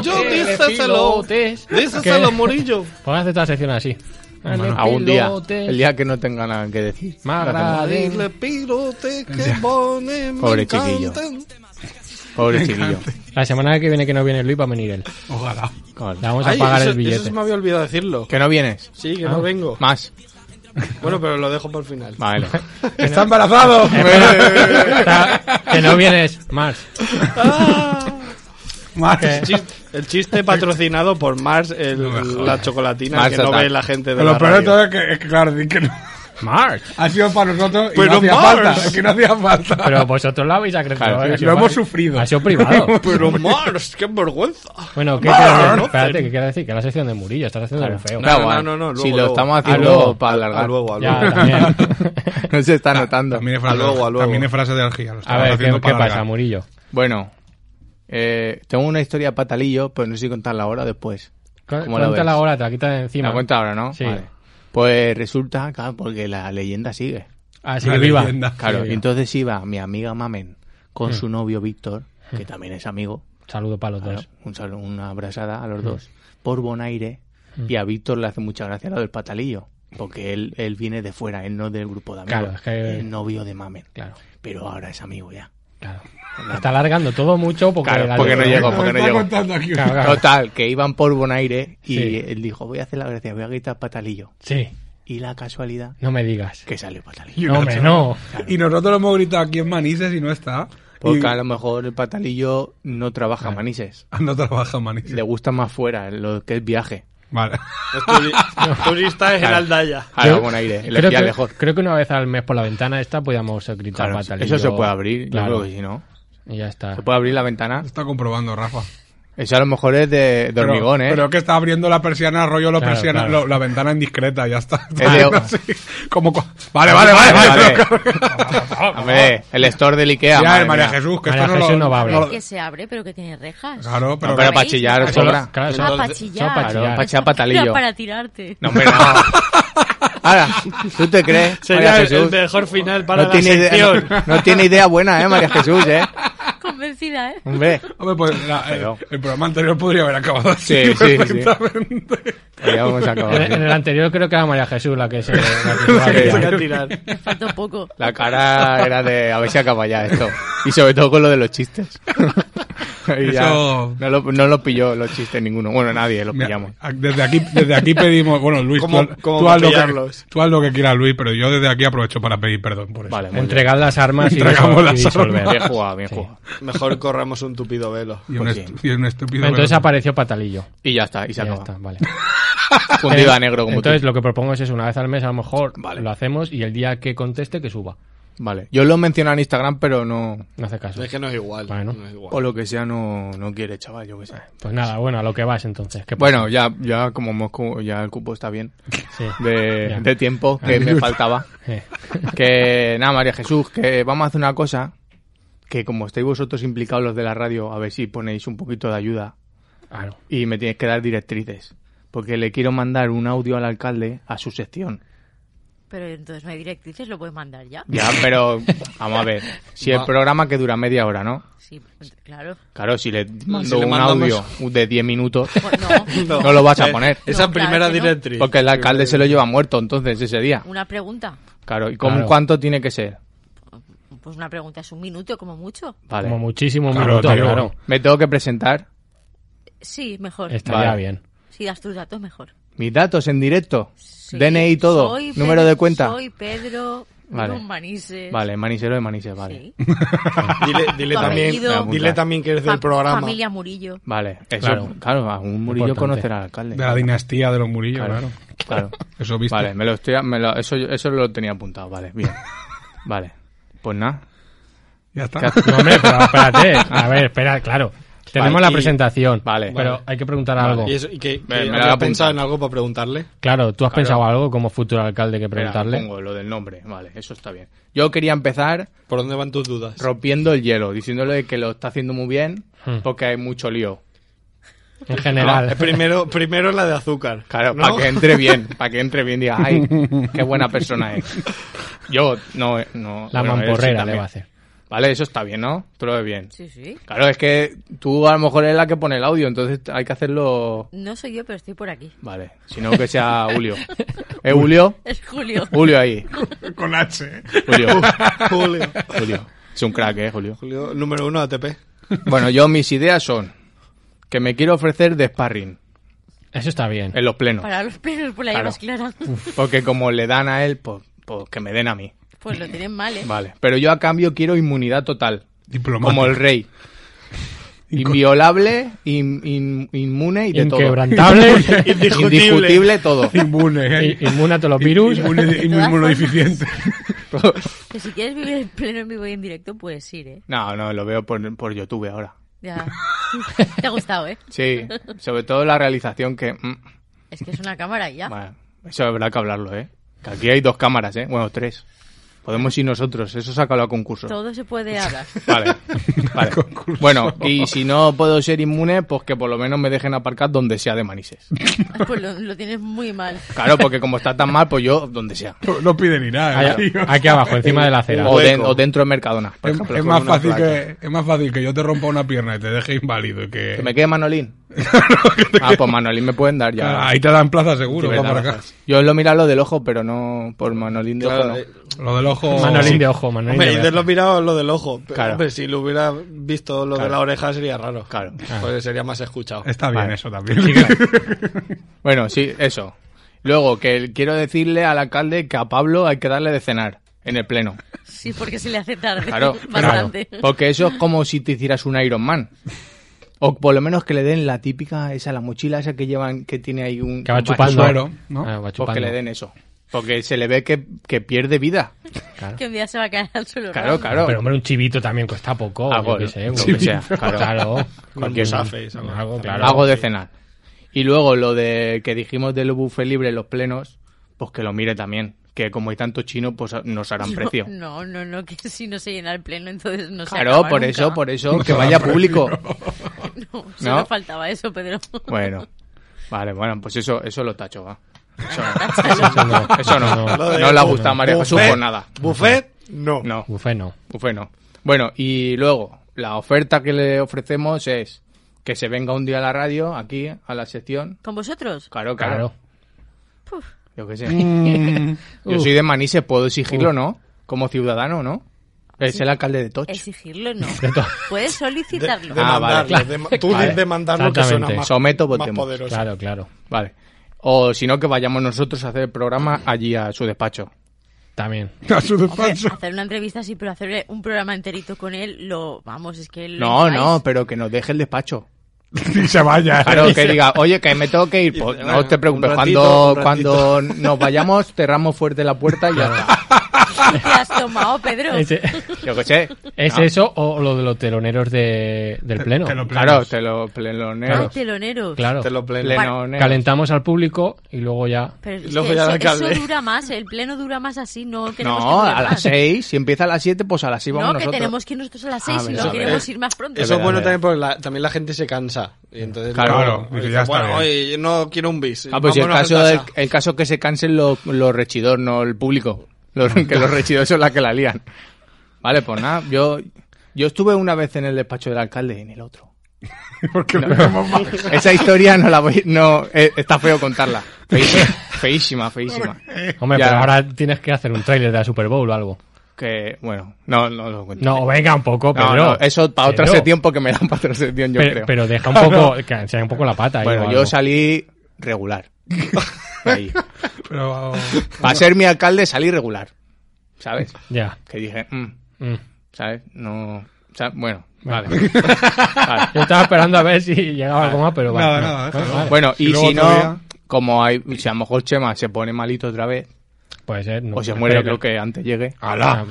S5: Díseselo.
S4: Pilotes.
S5: Díseselo,
S4: ¿Qué?
S5: Murillo.
S4: Podemos hacer toda la sección así.
S3: Bueno,
S4: Dale,
S6: Algún día,
S4: pilotes,
S6: el día que no tenga nada que decir.
S4: me agraden.
S5: Dile pirote que pone me
S6: Pobre chiquillo.
S5: encantan.
S6: Pobre chiquillo.
S4: La semana que viene que no viene Luis va a venir él.
S3: Ojalá.
S4: Le vamos a
S5: Ay,
S4: pagar
S5: eso,
S4: el
S5: Eso
S4: billete.
S5: se me había olvidado decirlo.
S6: ¿Que no vienes?
S5: Sí, que no vengo.
S6: Más.
S5: Bueno, pero lo dejo para el
S6: (laughs)
S5: final.
S6: Vale.
S3: ¡Está
S6: (laughs)
S3: embarazado!
S4: Está- que no vienes más.
S3: Más.
S5: El chiste, el chiste patrocinado por Mars, el-
S3: No me jodas.
S5: la chocolatina
S6: Mars
S5: que no
S6: Attack.
S5: ve la gente de
S3: Pero
S5: la
S3: lo peor de
S5: radio.
S3: todo es que, es que claro, di que no.
S4: March. Pues
S3: Ha sido para nosotros y
S5: Pero
S3: no hacía
S5: Mars.
S3: falta. Es que no hacía falta.
S4: Pero vosotros lo habéis acreditado.
S6: Claro,
S4: ¿eh?
S6: sí,
S4: Ha sido
S3: lo hemos
S4: fácil.
S3: sufrido.
S4: Ha sido
S6: (laughs)
S4: privado.
S5: Pero Mars, qué vergüenza.
S4: Bueno, ¿qué quieres decir? Espérate, ¿qué quieres decir? Que la sección de Murillo, estás haciendo algo feo.
S6: Da
S5: no,
S6: igual.
S5: no, no, luego,
S6: si lo
S5: luego.
S6: estamos
S4: Ah,
S6: haciendo
S4: luego. Ah.
S6: para
S5: A
S6: alargar. (laughs)
S5: luego, a luego.
S4: Ya, también.
S6: No se está notando.
S3: También es frase,
S5: A luego, a luego.
S3: También es frase de algía.
S4: A ver, ¿qué, qué pasa, Murillo?
S6: Bueno, eh, tengo una historia patalillo, pero no sé si contarla ahora o después.
S4: Cu-
S6: ¿Cómo la ves?
S4: Cuéntala ahora, te la quitas de encima.
S6: La cuenta ahora, ¿no?
S4: Sí.
S6: Pues resulta, claro, porque la leyenda sigue.
S4: Así
S3: Una
S4: que viva.
S3: leyenda.
S6: Claro,
S4: Sí,
S6: y entonces iba mi amiga Mamen
S4: Mm.
S6: con su novio Víctor, que también es amigo. pues,
S4: Saludo para los dos.
S6: Un saludo, una abrazada a
S4: Mm.
S6: los dos. Por Bonaire. Y a Víctor le hace mucha gracia lo del patalillo. Porque él, él viene de fuera, él no del grupo de amigos.
S4: Claro, es que-
S6: El novio de Mamen.
S4: Claro,
S6: Pero ahora es amigo ya.
S4: claro. Está alargando todo mucho porque...
S6: Claro,
S4: la-
S6: porque no llegó, porque no llegó.
S3: contando aquí.
S4: (laughs) Claro, claro.
S6: Total, que iban por Bonaire y
S4: Sí.
S6: él dijo, voy a hacer la gracia, voy a gritar patalillo.
S4: Sí,
S6: Y la casualidad
S4: no me
S6: (laughs)
S4: digas.
S6: que salió patalillo.
S3: Y
S4: No, hombre, no.
S3: Y nosotros lo hemos gritado aquí en Manises y no está. (laughs)
S6: Porque
S3: Y-
S6: a lo mejor el patalillo no trabaja manises.
S3: Ah, No trabaja en Manises.
S6: Le gusta más fuera, lo que es viaje.
S3: Vale. (laughs)
S5: Los turi- turista es el Aldaya.
S6: A
S4: Creo-
S6: Bonaire, le
S4: creo
S6: pilla
S4: que,
S6: lejos.
S4: creo que una vez al mes por la ventana esta podíamos gritar
S6: Claro,
S4: patalillo.
S6: eso se puede abrir, yo
S4: Claro,
S6: creo que si no.
S4: y ya está.
S6: Se puede abrir la ventana.
S3: Lo Está comprobando, Rafa.
S6: Eso a lo mejor es de, de
S3: Pero-
S6: hormigón, ¿eh?
S3: Pero es que está abriendo la persiana, rollo la
S4: Claro,
S3: persiana,
S4: claro.
S3: lo- la ventana indiscreta, ya
S6: (laughs)
S3: está.
S6: Es
S3: (laughs)
S6: de-
S3: Así, como cu- vale, vale, vale.
S6: Vale,
S3: (laughs) pero-
S6: Hombre, el store del
S3: Ya,
S6: Ikea. madre
S3: el eh, María
S6: mía.
S3: Jesús, que
S4: María
S3: esto no
S4: Jesús
S3: lo,
S4: no va a abrir.
S3: lo-
S8: Que se abre, pero que tiene rejas.
S3: Claro, pero
S6: No, pero
S8: ¿Veis?
S6: para chillar
S8: Ah,
S6: sobra.
S4: claro,
S8: Ah,
S4: son-
S8: para
S4: son
S8: chillar.
S4: para
S6: Claro,
S4: chillar.
S6: para chillar patalillo.
S8: Era para tirarte.
S6: No, hombre, no. Ahora, ¿tú te crees?
S5: Sería
S6: María
S5: el- el
S6: Jesús.
S5: mejor final para la
S6: tiene idea,
S5: sección.
S6: no,
S4: (laughs)
S6: no tiene idea buena, ¿eh, María Jesús, eh?
S8: (laughs) Convencida, ¿eh?
S6: Hombre,
S3: Hombre, pues la- el,
S6: Pero-
S3: el programa anterior podría haber acabado (laughs) así.
S6: Sí, sí, sí.
S3: perfectamente.
S6: ya vamos a acabar.
S4: En, en
S6: ¿eh?
S4: el anterior creo que era María Jesús la
S6: (laughs)
S4: que se... la que se
S5: Voy
S4: abría.
S5: a tirar.
S8: Me faltó poco.
S6: La cara era de a ver si acaba ya esto. Y sobre todo con lo de los (laughs) chistes. Y ya
S3: Eso-
S6: no, lo, no lo pilló los chistes ninguno. Bueno, nadie los
S3: Mira,
S6: pillamos.
S3: a- Desde aquí, desde aquí pedimos, bueno, Luis,
S5: ¿Cómo-
S3: tú,
S5: cómo
S3: tú haz lo que,
S5: pillarlos?
S3: tú haz lo que quieras, Luis, pero yo desde aquí aprovecho para pedir perdón por eso.
S6: Vale, muy bien.
S4: Entregad las armas y,
S3: Entregamos
S4: disol- y
S3: las
S4: disolver.
S3: armas.
S6: Bien jugado, bien
S4: Sí.
S6: jugado.
S5: Mejor corramos un tupido velo.
S3: Y un,
S6: Pues
S3: estu- y un estúpido.
S4: Entonces
S3: pero-
S4: apareció Patalillo.
S6: Y ya está, y se
S4: Ya
S6: acaba.
S4: está, vale.
S6: Fundido a negro como
S4: Entonces
S6: tú.
S4: lo que propongo es eso, una vez al mes a lo mejor
S6: Vale.
S4: lo hacemos y el día que conteste que suba.
S6: Vale. Yo lo menciono en Instagram, pero no.
S4: No hace caso.
S5: Es que no es igual.
S4: Bueno.
S5: no es igual.
S6: O lo que sea, no, no quiere, chaval, yo qué sé.
S4: Pues nada, bueno, a lo que vas entonces. ¿Qué pasa?
S6: Bueno, ya, ya como hemos cu- ya el cupo está bien
S4: Sí.
S6: de,
S4: Ya.
S6: de tiempo que me faltaba.
S4: Eh,
S6: Que nada, María Jesús, que vamos a hacer una cosa. Que como estáis vosotros implicados los de la radio, a ver si ponéis un poquito de ayuda
S4: claro.
S6: y me tienes que dar directrices. Porque le quiero mandar un audio al alcalde a su sección.
S8: Pero entonces no hay directrices, lo puedes mandar ya.
S6: Ya, pero vamos a ver. Si el programa que dura media hora, ¿no?
S8: Sí,
S6: (laughs)
S8: claro.
S6: Claro, si le mando
S5: le
S6: un
S5: mandamos-
S6: audio de 10 minutos,
S8: Pues no.
S6: no lo vas a
S5: Eh,
S6: poner.
S5: Esa
S8: No, claro
S5: primera
S8: que no.
S5: directriz.
S6: Porque el alcalde se lo lleva muerto entonces ese día.
S8: Una pregunta.
S6: Claro, ¿y con
S4: Claro.
S6: cuánto tiene que ser?
S8: Pues una pregunta es un minuto como mucho.
S6: Vale.
S4: Como muchísimo
S3: Claro,
S4: minuto,
S3: te digo.
S4: claro.
S6: Me tengo que presentar
S8: Sí, mejor.
S4: Estaría
S6: Vale.
S4: bien.
S8: Si das tus datos, mejor.
S6: mis datos en directo,
S8: Sí.
S6: DNI y todo,
S8: Soy
S6: número
S8: Pedro-
S6: de cuenta.
S8: Soy Pedro
S6: Vale.
S8: Brun Manises.
S6: Vale, manisero de manises, vale. (laughs)
S8: Sí.
S5: Dile, dile
S8: Tu
S5: también,
S8: apellido.
S5: dile también que eres del
S8: Fa-
S5: programa.
S8: Familia Murillo.
S6: Vale, eso,
S4: Claro.
S6: claro, a un Murillo
S4: Importante.
S6: conocerá al alcalde.
S3: De la dinastía de los Murillo,
S6: Claro,
S3: claro.
S4: (laughs)
S6: claro.
S3: Eso viste.
S6: Vale, me lo estoy, me lo- eso, eso lo tenía apuntado, vale, bien. Vale, pues nada.
S3: Ya está.
S6: ¿Qué haces?
S4: No, hombre, pero espérate. A ver, espera, claro. Tenemos
S6: Vale,
S4: la
S6: y-
S4: presentación.
S6: vale.
S4: pero
S6: Vale.
S4: hay que preguntar algo.
S5: Y, eso, y que, que
S6: me la voy a
S5: había
S6: apuntar.
S5: pensado en algo para preguntarle.
S4: Claro, ¿tú has pensado algo como futuro alcalde que
S6: Espera,
S4: preguntarle?
S6: pongo lo del nombre, vale, eso está bien. Yo quería empezar
S5: ¿Por dónde van tus dudas?
S6: rompiendo el hielo, diciéndole que lo está haciendo muy bien
S4: Hmm.
S6: porque hay mucho lío.
S4: En general.
S5: Eh, primero, primero la de azúcar.
S6: Claro,
S5: ¿no?
S6: para que entre bien, para que entre bien, diga,
S4: (laughs)
S6: ay, qué buena persona es. Yo, no, no.
S4: La
S6: bueno, él sí
S4: mamporrera le
S6: también.
S4: va a hacer.
S6: Vale, eso está bien, ¿no? Tú lo ves bien.
S8: Sí, sí.
S6: Claro, es que tú a lo mejor eres la que pone el audio, entonces hay que hacerlo...
S8: No soy yo, pero estoy por aquí. (laughs)
S6: Vale, si no que sea Julio. ¿Eh, Julio?
S8: Es Julio.
S6: Julio ahí.
S3: (laughs) Con H.
S6: Julio.
S5: Julio.
S6: Julio. Es un crack, ¿eh, Julio?
S5: Julio, número uno ATP.
S6: Bueno, yo mis ideas son que me quiero ofrecer de sparring
S4: Eso está bien.
S6: en los plenos.
S8: Para los pelos por la
S6: Claro.
S8: llevas clara.
S6: Porque como le dan a él, pues, pues que me den a mí.
S8: Pues lo tienen mal, ¿eh?
S6: Vale. Pero yo a cambio quiero inmunidad total.
S3: Diplomático.
S6: Como el rey. Inviolable, in- in- inmune y de todo. (laughs)
S4: Inquebrantable,
S6: Indiscutible todo. (laughs)
S3: Inmune, ¿eh?
S4: i- inmune a todos los virus.
S3: Inmune,
S8: De todas
S3: inmunodeficiente.
S8: Que si quieres vivir en pleno en vivo y en directo, puedes ir, ¿eh?
S6: No, no, lo veo por, por YouTube ahora.
S8: Ya. (laughs) Te ha gustado, ¿eh?
S6: Sí, sobre todo la realización que... mm,
S8: Es que es una cámara y ya.
S6: bueno, eso habrá que hablarlo, ¿eh? Que aquí hay dos cámaras, ¿eh? Bueno, tres. Podemos ir nosotros, eso sácalo a concurso.
S8: Todo se
S6: (laughs)
S8: puede hablar.
S3: (laughs)
S6: Vale, vale. Bueno, y si no puedo ser inmune, pues que por lo menos me dejen aparcar donde sea de Manises.
S8: Pues lo, lo tienes muy mal.
S6: Claro, porque como está tan mal, pues yo donde sea.
S3: No, no pide ni nada.
S4: Allá-
S3: tío.
S4: aquí abajo, encima de la acera.
S6: O, den- o dentro de Mercadona. por
S3: Es,
S6: ejemplo,
S3: es
S6: con
S3: más
S6: una
S3: fácil
S6: placa.
S3: que, es más fácil que yo te rompa una pierna y te deje inválido y que... (laughs)
S6: ¿Que me quede Manolín? ah, pues Manolín me pueden dar ya.
S3: Ah, Ahí te dan plaza
S6: Sí,
S3: seguro, va
S6: verdad,
S3: para acá.
S6: verdad. Yo lo mira lo del ojo, pero no por Manolín de ojo,
S5: Claro,
S6: no.
S5: eh,
S3: Lo del ojo...
S4: Manolín de ojo, Manolín
S5: Hombre,
S4: de
S5: y
S4: ojo.
S5: de lo mirado lo del ojo. Pero,
S6: Claro.
S5: hombre, si lo hubiera visto lo de la oreja sería raro.
S6: Claro.
S5: Pues sería más escuchado.
S3: Está bien
S6: Vale.
S3: eso también. (laughs)
S6: Bueno, sí, eso. Luego, que quiero decirle al alcalde que a Pablo hay que darle de cenar en el pleno.
S8: Sí, porque se le hace tarde. (laughs)
S6: Claro, claro.
S8: Bastante.
S6: Porque eso es como si te hicieras un Iron Man. O por lo menos que le den la típica, esa, la mochila esa que llevan, que tiene ahí un.
S4: Que va
S6: un
S4: chupando.
S6: vasito.
S3: suero, ¿no?
S4: Ah, va
S6: Pues que
S4: chupando.
S6: le den eso. Porque se le ve que, que pierde vida.
S8: Que un día se va a caer al suelo.
S6: Claro,
S8: Raúl.
S6: claro.
S4: Pero hombre, un chivito también cuesta poco.
S6: Algo,
S4: yo qué sé,
S6: lo
S4: un-
S6: que sea, claro.
S4: Claro.
S5: Cualquier
S4: Algo, claro.
S6: Algo de cenar. Y luego lo de que dijimos del buffet libre en los plenos, pues que lo mire también. Que como hay tanto chino, pues nos harán precio.
S8: (laughs) No, no, no, que si no se llena el pleno, entonces no se
S6: Claro,
S8: acaba
S6: por
S8: nunca.
S6: eso, por eso, que vaya público.
S4: (laughs)
S8: No, (laughs) solo
S6: ¿No?
S8: faltaba eso, Pedro.
S6: Bueno, vale, bueno, pues eso, eso lo tacho, va. Eso
S4: Eso
S6: no,
S4: no.
S6: eso no,
S4: Eso
S5: no.
S6: no le ha gustado a María Jesús
S5: Buffet.
S6: por nada.
S5: Buffet, no.
S6: No,
S4: Bufé no.
S6: bufé no. Bueno, y luego, la oferta que le ofrecemos es que se venga un día a la radio, aquí, a la sección.
S8: ¿Con vosotros?
S6: Claro, claro.
S4: Claro.
S6: Yo qué sé. (laughs) Yo soy de Manises, puedo exigirlo, ¿no? Como ciudadano, ¿no? Es el alcalde de Toch.
S8: Exigirlo no.
S4: De to-
S8: Puedes solicitarlo.
S6: Ah, vale,
S5: Demandarle, dema- tú
S6: Vale.
S5: demandarlo que suena
S4: Exactamente.
S5: más,
S6: Someto,
S5: más
S6: votemos.
S5: poderoso.
S4: Claro, claro.
S6: Vale. O si no, que vayamos nosotros a hacer el programa allí a su despacho.
S4: También.
S3: A su
S8: Hombre,
S3: despacho. (laughs)
S8: hacer una entrevista sí, pero hacer un programa enterito con él, lo vamos, es que lo
S6: No,
S8: infláis.
S6: no, pero que nos deje
S5: (laughs)
S6: el despacho.
S3: Y se vaya. ¿eh? (laughs)
S6: Claro, que diga, oye, que me tengo que ir. Pues,
S5: Dice,
S6: no
S5: bueno,
S6: te preocupes,
S5: un ratito,
S6: cuando,
S5: un
S6: cuando nos vayamos, cerramos fuerte la puerta y
S5: (laughs)
S6: ya está.
S8: ¿Qué has tomado,
S6: (laughs)
S8: Pedro?
S4: Ese-
S6: Yo qué sé.
S4: ¿Es
S6: No,
S4: eso o lo de los teloneros de, del pleno?
S3: te lo-
S6: Claro, te lo plenoneo.
S8: Ay, teloneros.
S4: Claro.
S5: Te lo pleno.
S6: Plenoneo.
S4: Calentamos al público y luego ya.
S8: Pero es
S5: Y luego
S8: que
S5: ya
S8: eso,
S5: el alcalde.
S8: eso dura más, el pleno dura más así, no tenemos que
S6: No,
S8: durar
S6: a las
S8: más.
S6: 6, si empieza a las 7, pues a las 6
S8: No,
S6: vamos
S8: que
S6: nosotros.
S8: tenemos que ir nosotros a las seis
S6: Ah,
S8: y
S6: verdad,
S8: no
S6: verdad.
S8: queremos ir más pronto.
S5: Eso es
S6: verdad,
S5: bueno
S6: es
S5: también porque la- también la gente se cansa. Y entonces,
S6: Claro,
S5: luego
S3: dice,
S5: dice,
S3: ya está
S5: bueno,
S3: bien".
S5: hoy no quiero un bis.
S6: Ah, pues si el
S5: vámonos a
S6: caso, del-
S5: casa.
S6: el caso que se cansen los los rechidor, no el público. Los- que los rechidores son las que la lían. Vale, pues nada, yo, yo estuve una vez en el despacho del alcalde y en el otro.
S3: Porque lo vemos mal.
S6: Esa historia no la voy, no, eh, está feo contarla. Feísima, feísima, feísima.
S4: Hombre,
S6: Ya.
S4: pero ahora tienes que hacer un tráiler de la Super Bowl o algo.
S6: Que, bueno, no, no lo cuento.
S4: No, venga un poco,
S6: No,
S4: Pedro.
S6: no, eso para otra
S4: Pedro.
S6: sección porque me dan (laughs) para otra sección, yo
S4: pero,
S6: creo.
S4: pero deja un
S6: (laughs)
S4: poco, que sea un poco la pata. ahí o
S6: bueno,
S4: algo.
S6: yo salí
S4: (laughs)
S6: regular. Ahí.
S3: Pero,
S6: Para ser mi alcalde salí regular. ¿Sabes?
S4: Ya.
S6: Que dije, mm,
S4: Mm.
S6: ¿sabes? No. o sea,
S8: (laughs)
S6: bueno,
S4: Vale.
S6: (laughs) vale. Vale.
S4: Yo estaba esperando a ver si llegaba algo más, pero vale.
S3: Nada,
S4: no.
S3: nada, déjalo.
S4: Bueno, vale.
S6: Bueno,
S3: Y
S6: y
S3: luego
S6: si no,
S3: otro día-
S6: como hay, si a lo mejor Chema se pone malito otra vez,
S4: Puede ser. no,
S6: o se
S4: espero
S6: muere,
S4: que-
S6: creo que antes llegue, (laughs)
S3: ¡Hala!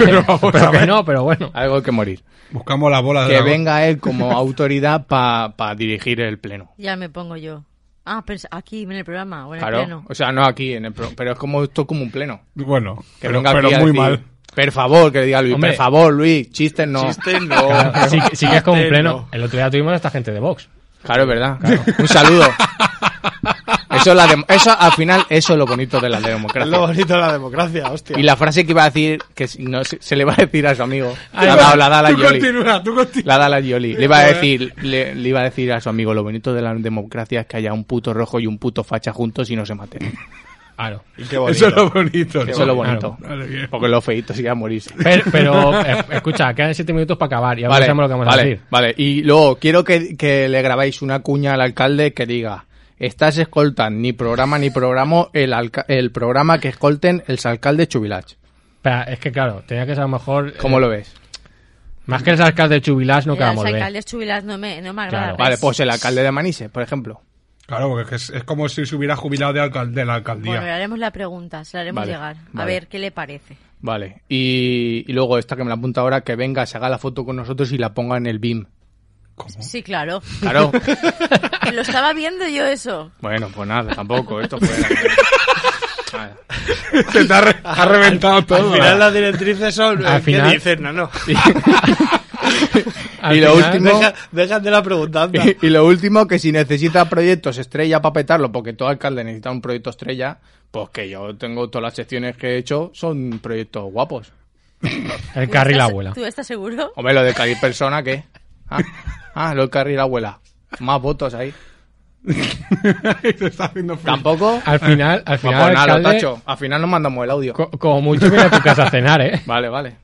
S4: pero
S3: vamos a
S4: que
S3: ver.
S4: no, pero bueno.
S6: algo hay que morir.
S3: Buscamos la bola de
S6: Que
S3: la-
S6: venga
S3: (laughs)
S6: él como autoridad para dirigir el pleno.
S8: Ya me pongo yo. Ah, pero aquí en el programa o en el
S6: Claro,
S8: pleno.
S6: o sea, no aquí, en el pro- pero es como esto es como un pleno.
S3: Bueno,
S6: Que
S3: pero,
S6: venga aquí
S3: pero
S6: a
S3: muy
S6: decir,
S3: mal.
S6: Por favor, que le diga a Luis,
S4: Hombre.
S6: por favor, Luis, chistes no.
S5: Chiste
S6: (laughs) Oh,
S5: no.
S4: Claro, sí, sí que es como un
S5: Hacerlo.
S4: pleno. El otro día tuvimos a esta gente de Vox.
S3: (laughs)
S6: Claro, es verdad. claro. Un saludo. Eso, es la dem- eso, al final, eso es lo bonito de la democracia.
S5: Es lo bonito de la democracia, hostia.
S6: Y la frase que iba a decir, que si no, se, se le va a decir a su amigo,
S3: Ahí
S6: la,
S3: va.
S6: da- la da la
S3: tú
S6: Yoli.
S3: continúa, tú continúa.
S6: La da la Yoli. Le iba a decir, le, le iba a decir a su amigo, lo bonito de la democracia es que haya un puto rojo y un puto facha juntos y no
S4: (laughs)
S6: se maten.
S4: Claro.
S5: Y qué bonito.
S3: Eso es lo bonito. ¿no?
S6: Eso es lo bonito.
S3: Vale, bien.
S6: Porque los feitos iban a morirse.
S4: Pero, pero, eh, escucha, quedan siete minutos para acabar y ahora
S6: Vale,
S4: sabemos lo que vamos
S6: vale,
S4: a decir.
S6: Vale, y luego quiero que, que le grabáis una cuña al alcalde que diga, estás escoltan ni programa ni programa el, alca- el programa que escolten el alcalde Chubilach.
S4: Espera, es que claro, tenía que ser a lo mejor. eh,
S6: ¿Cómo lo ves?
S4: Más que el alcalde de Chubilás no
S8: Los
S4: quedamos bien.
S8: alcaldes chubilas no me, no me
S4: Claro.
S8: agrada.
S6: Vale, pues el alcalde de Manises, por ejemplo.
S3: Claro, porque es, que es- es como si se hubiera jubilado de, alcal- de la alcaldía.
S8: Bueno, le haremos la pregunta, se la haremos
S6: Vale,
S8: llegar. A
S6: vale.
S8: ver qué le
S6: (laughs)
S8: parece.
S6: Vale, y, y luego esta que me la apunta ahora, que venga, se haga la foto con nosotros y la ponga en el BIM. (laughs)
S8: Sí, claro.
S6: Claro.
S4: (laughs)
S8: Lo estaba viendo yo eso.
S6: bueno, pues nada, tampoco, esto fue...
S4: (laughs)
S6: Vale.
S3: (laughs) Se te ha, re- ha reventado todo.
S5: Al final las directrices son...
S4: Al
S5: eh, ¿Qué
S4: final-
S5: dices, nano?
S4: (laughs) Al
S6: y lo
S4: final-
S5: (laughs)
S6: último...
S5: Deja, déjate la preguntanda.
S6: Y, y lo último, que si necesita proyectos estrella para petarlo, porque todo alcalde necesita un proyecto estrella, pues que yo tengo todas las secciones que he hecho son proyectos guapos.
S4: El
S8: ¿Tú
S4: carril
S8: estás-
S4: abuela.
S8: ¿Tú estás seguro?
S6: Hombre, lo de Carril Persona, ¿qué? Ah, ah, lo de Carril Abuela. Más votos ahí.
S3: (laughs) Se está haciendo frío.
S6: Tampoco.
S4: Al final, al
S6: Ah, pues
S4: final,
S6: nada, lo
S4: alcalde,
S6: tacho. Al final nos mandamos el audio.
S4: co- como mucho viene a tu casa a cenar, ¿eh?
S6: (laughs) Vale, vale.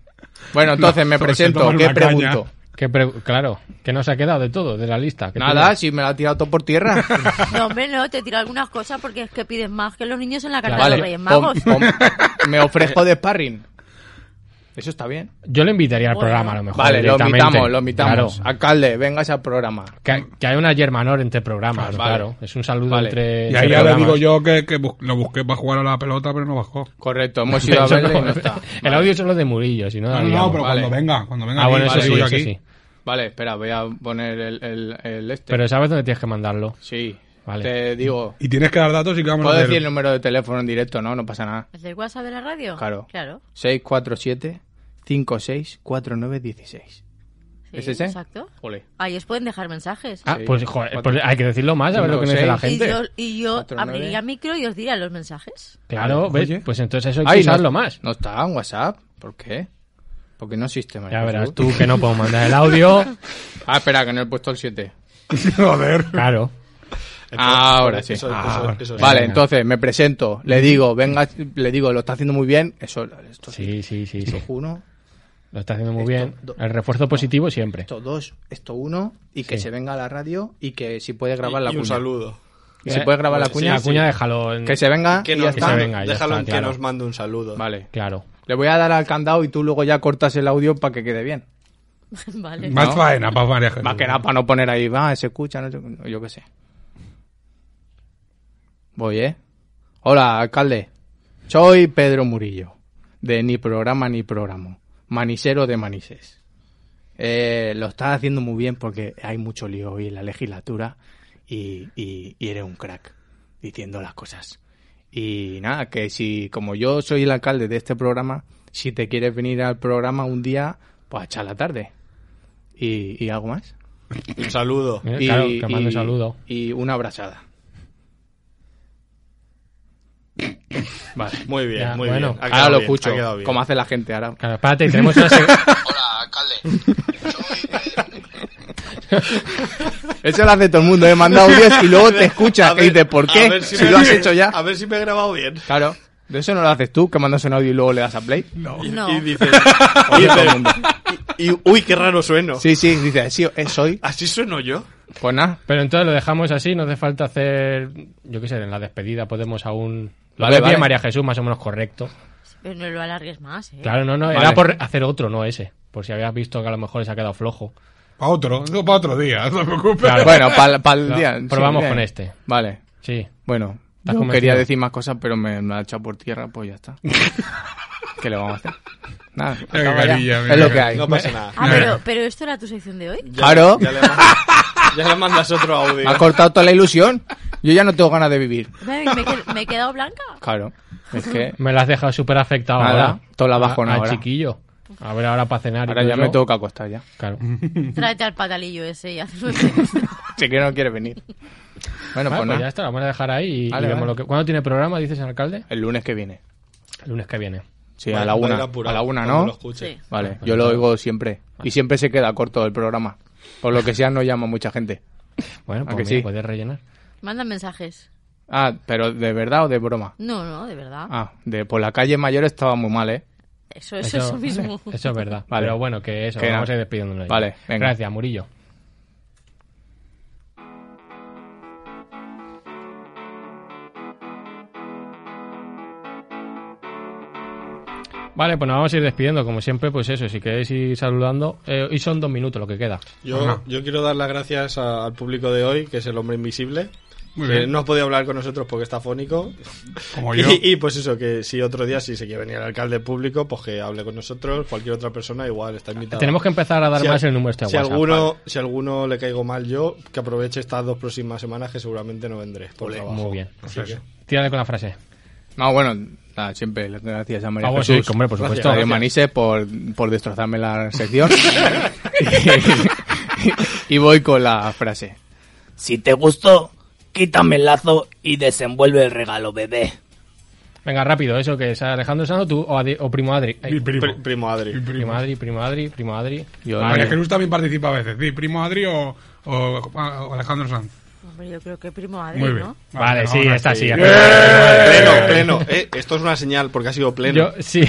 S6: Bueno, entonces me
S3: Sobre
S6: presento.
S3: todo
S6: ¿Qué
S3: una caña.
S6: pregunto?
S4: Que pre- claro, que no se ha quedado de todo, de la lista. que
S6: Nada,
S4: tú-
S6: si me la ha tirado todo por tierra.
S8: No, hombre, no, te tiro algunas cosas porque es que pides más que los niños en la carta de los
S6: vale.
S8: Reyes Magos.
S6: pon- pon- me ofrezco de sparring. Eso está bien.
S4: Yo le invitaría al
S8: Bueno.
S4: programa, a lo mejor.
S6: Vale, lo
S4: directamente.
S6: invitamos, lo invitamos.
S4: Claro.
S6: Alcalde, vengas al programa.
S4: Que, que hay una germanor entre programas,
S6: Vale.
S4: claro. Es ¿eh? un saludo
S6: Vale.
S4: entre.
S3: Y ahí
S4: entre
S3: ahora
S4: programas.
S3: digo yo que, que bus- lo busqué para jugar a la pelota, pero no bajó.
S6: Correcto, hemos ido
S4: (laughs)
S6: a
S4: Eso
S6: verle y
S4: no-
S6: no está.
S4: El audio solo es de Murillo, si no. la
S3: No, no,
S4: liamos.
S3: pero
S6: vale.
S3: cuando venga, cuando venga.
S4: Ah,
S3: aquí,
S4: bueno, eso
S3: vale,
S4: sí,
S3: digo yo
S4: eso
S3: aquí.
S4: sí.
S6: Vale, espera, voy a poner el, el- el este.
S4: Pero sabes dónde tienes que mandarlo.
S6: Sí,
S4: Vale.
S6: te digo.
S3: Y tienes que dar datos y que vamos
S6: Puedo
S3: a hacer.
S6: decir el número de teléfono en directo, ¿no? No pasa nada.
S8: ¿El del WhatsApp de la radio?
S6: Claro.
S8: Claro.
S6: 647-564916.
S8: sí,
S6: ¿Es ese?
S8: Exacto.
S6: Ole.
S8: Ahí os pueden dejar mensajes.
S4: Ah,
S6: Sí.
S4: pues, joder,
S6: Cuatro.
S4: pues hay que decirlo más, a ver
S6: Uno,
S4: lo que me dice la
S6: seis.
S8: Y
S4: gente.
S8: yo, y yo
S6: Cuatro, nueve.
S8: abriría micro y os diría los mensajes. (laughs)
S4: Claro, ¿ves?
S3: Oye.
S4: Pues entonces eso hay que
S6: Ay,
S4: usarlo
S6: no,
S4: más.
S6: No está en WhatsApp. ¿Por qué? Porque no existe más.
S4: Ya verás tú que no puedo mandar el audio.
S6: Ah, espera, que no he puesto el 7.
S3: Joder.
S4: Claro.
S6: Ahora sí.
S5: Eso-
S4: Ah,
S5: eso- eso-
S6: Vale,
S4: venga.
S6: entonces me presento, le digo, venga, le digo, lo está haciendo muy bien. Eso, esto
S4: Sí,
S6: sí.
S4: sí, sí, sí.
S6: Esto uno,
S4: Lo está haciendo muy
S6: Esto,
S4: bien.
S6: do-
S4: El refuerzo positivo siempre.
S6: esto dos, esto uno, y que
S4: Sí.
S6: se venga a la radio y que si puede grabar
S5: y-
S6: la
S5: y
S6: cuña.
S5: un saludo.
S6: Y si puede grabar la
S5: Sí,
S6: cuña,
S4: Eh, la cuña déjalo. en-
S6: que se venga
S5: Que
S6: y
S5: nos
S6: ya
S4: que
S6: está.
S4: se venga, ya
S5: Déjalo
S4: está,
S5: en que
S4: claro.
S5: nos mande un saludo.
S6: Vale.
S4: Claro.
S6: Le voy a dar al candado y tú luego ya cortas el audio para que quede bien.
S8: vale.
S3: Más
S6: No.
S3: faena para María Jesús.
S6: Más que nada para no poner ahí, va, se escucha, no sé, yo qué sé. Voy, ¿eh? Hola, alcalde. Soy Pedro Murillo, de Ni Programa Ni Programa, manisero de Manises. Eh, lo estás haciendo muy bien porque hay mucho lío hoy en la legislatura y, y- y eres un crack diciendo las cosas. Y nada, que si, como yo soy el alcalde de este programa, si te quieres venir al programa un día, pues a echar la tarde. ¿Y, y algo más?
S5: Un saludo.
S4: Eh, claro, que mande un saludo.
S6: y una abrazada. Vale.
S5: Muy bien,
S4: Ya,
S5: muy
S4: bueno.
S5: bien. Ha
S6: Ahora
S5: quedado
S6: lo
S5: bien, ha
S6: escucho,
S5: quedado bien. (laughs)
S6: como hace la gente ahora.
S4: Claro, espérate, tenemos una seg-
S7: Hola, alcalde.
S6: Eso lo hace todo el mundo, he mandado un 10 y luego te escucha
S5: A
S6: y
S5: ver-
S6: dices, ¿por
S5: a
S6: qué?
S5: ver
S6: si
S5: me-
S6: lo has hecho ya.
S5: A ver si me he grabado bien.
S6: Claro, de eso no lo haces tú, que mandas un audio y luego le das a play.
S5: Y,
S8: No.
S5: y
S6: (laughs)
S5: dices... dices- y, y- uy, qué raro sueno.
S6: Sí, sí, dices, sí,
S5: (laughs)
S6: eh, soy.
S5: ¿Así sueno yo?
S6: Pues nada,
S4: Pero entonces lo dejamos así, no hace falta hacer, yo qué sé, en la despedida podemos aún... Lo
S6: Vale,
S4: veo bien,
S6: vale.
S4: María Jesús, más o menos correcto.
S8: Pero no lo alargues más, ¿eh?
S4: Claro, no, no,
S6: Vale.
S4: era por hacer otro, no ese. Por si habías visto que a lo mejor se ha quedado flojo.
S3: Para otro, eso para otro día, (laughs) no te preocupes.
S6: bueno, para el
S4: No,
S6: día.
S4: probamos
S6: bien.
S4: con este.
S6: Vale,
S4: Sí.
S6: bueno.
S4: ¿Estás
S6: yo
S4: convencido?
S6: quería decir más cosas, pero me, me la ha echado por tierra, pues ya está. ¿Qué le vamos a hacer? Nada,
S3: Qué
S6: acaba ya.
S3: carilla, mira.
S6: es lo que hay.
S5: No pasa nada.
S8: Ah, pero, pero esto era tu sección de hoy.
S5: Ya-
S6: Claro.
S5: Ya le,
S4: (laughs)
S5: mandas, ya le mandas otro
S6: Me ha
S4: Ah,
S5: audio.
S6: cortado toda la ilusión. Yo ya no tengo ganas de vivir.
S8: Me, me he qued- me he quedado blanca.
S6: Claro. Es que.
S4: Me la has dejado súper afectado
S6: Nada,
S4: ahora.
S6: todo la bajo
S4: A- al
S6: ahora.
S4: chiquillo. A ver ahora para cenar. y
S6: Ahora
S4: todo
S6: ya
S4: eso.
S6: me toca acostar ya. (laughs)
S4: Claro.
S8: Tráete al patalillo ese y hazlo entrevista.
S6: Si que no quieres venir.
S4: Vale,
S6: Bueno, pues
S4: pues ya
S6: nada.
S4: está, lo vamos a dejar ahí y,
S6: Vale,
S4: y vemos
S6: vale.
S4: lo que. ¿Cuándo tiene programa? Dices, alcalde.
S6: El lunes que viene.
S4: El lunes que viene.
S6: Sí,
S5: Va-
S6: a la
S5: va ir
S6: una.
S5: apurado
S6: A la una,
S5: cuando lo
S6: ¿no?
S5: escuche.
S8: Sí.
S6: Vale, yo lo oigo siempre. Y siempre se queda corto el programa. Por lo que sea, no llama mucha gente.
S4: Bueno,
S6: ¿A
S4: pues
S6: que
S4: mira,
S6: sí?
S4: puedes rellenar.
S8: Manda mensajes.
S6: Ah, pero ¿de verdad o de broma?
S8: No, no, de verdad.
S6: Ah, de por la calle mayor estaba muy mal, ¿eh?
S8: Eso, eso, eso mismo.
S4: (laughs) Eso es verdad.
S6: Vale.
S4: Pero bueno, que eso,
S6: Que
S4: vamos
S6: no.
S4: a ir despidiéndonos. ya.
S6: Vale, venga.
S4: Gracias, Murillo. Vale, pues nos vamos a ir despidiendo, como siempre, pues eso, si queréis ir saludando. Eh, y son dos minutos lo que queda.
S5: Yo, yo quiero dar las gracias a- al público de hoy, que es el hombre invisible.
S3: Muy
S5: que
S3: bien.
S5: Eh, No ha podido hablar con nosotros porque está fónico.
S3: Como yo.
S5: (laughs) Y, y, pues eso, que si otro día si se quiere venir el alcalde público, pues que hable con nosotros. Cualquier otra persona igual está invitada.
S4: Tenemos que empezar a dar
S5: Si a-
S4: más el número este de
S5: si
S4: WhatsApp.
S5: alguno, si alguno le caigo mal yo, que aproveche estas dos próximas semanas que seguramente no vendré por trabajo.
S4: Muy bien.
S5: Así que-
S4: Tírale con la frase.
S6: No, bueno, nada, siempre las gracias a María
S4: Ah, bueno,
S6: Jesús.
S4: sí, hombre, por
S6: Gracias,
S4: supuesto.
S6: Radio Manises por, por destrozarme la sección. (laughs) y, y voy con la frase.
S10: Si te gustó, quítame el lazo y desenvuelve el regalo, bebé.
S4: Venga, rápido, eso que es Alejandro Sano, tú o, Adi- o Primo Adri. Ay,
S3: Mi primo.
S5: Pri- primo Adri.
S4: primo Adri, Primo Adri, Primo Adri.
S6: Yo-
S4: Vale.
S3: María Jesús también participa a veces. Di, primo Adri o, o- o Alejandro Sanz.
S8: Hombre, yo creo que primo Adri,
S3: Muy bien.
S8: ¿no?
S4: Vale,
S3: venga,
S4: sí,
S3: vamos a-
S4: está así.
S5: Pleno, pleno. Eh, esto es una señal porque ha sido pleno.
S4: Yo, sí.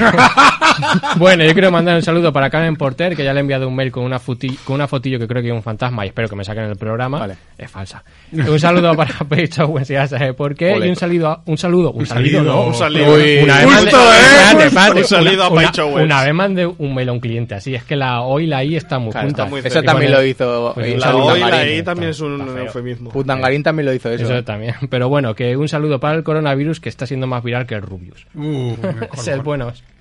S4: (laughs) bueno, yo quiero mandar un saludo para Carmen Porter, que ya le he enviado un mail con una, futi- con una fotillo que creo que es un fantasma y espero que me saquen el programa.
S6: Vale.
S4: Es falsa. Un saludo (laughs) para Pecho Owens, ya sabes por qué.
S6: Ole.
S4: Y un saludo, un saludo, un, saludo,
S3: saludo.
S4: no,
S3: Un
S5: salido.
S6: Uy.
S4: Una vez
S5: Justo,
S4: mandé-
S5: eh.
S4: espérate, espérate,
S5: Un saludo a
S4: una-
S5: Paicho
S4: una-
S5: Wells.
S4: Una vez mandé un mail a un cliente así, es que la O y la I están Pues muy juntas.
S6: Claro,
S5: está muy
S6: Eso
S5: Y
S6: también
S4: pone-
S6: lo hizo.
S4: pues,
S6: y
S5: la
S4: Salud,
S5: O y la
S4: Tamarindo.
S5: I también es
S4: Está-
S5: un
S4: está feo.
S5: eufemismo.
S6: Putangarín también lo hizo eso.
S4: Eso también. Pero bueno, que un saludo para el coronavirus que está siendo más viral que el Rubius.
S3: Ah, Uh, me acuerdo.
S4: Ser buenos.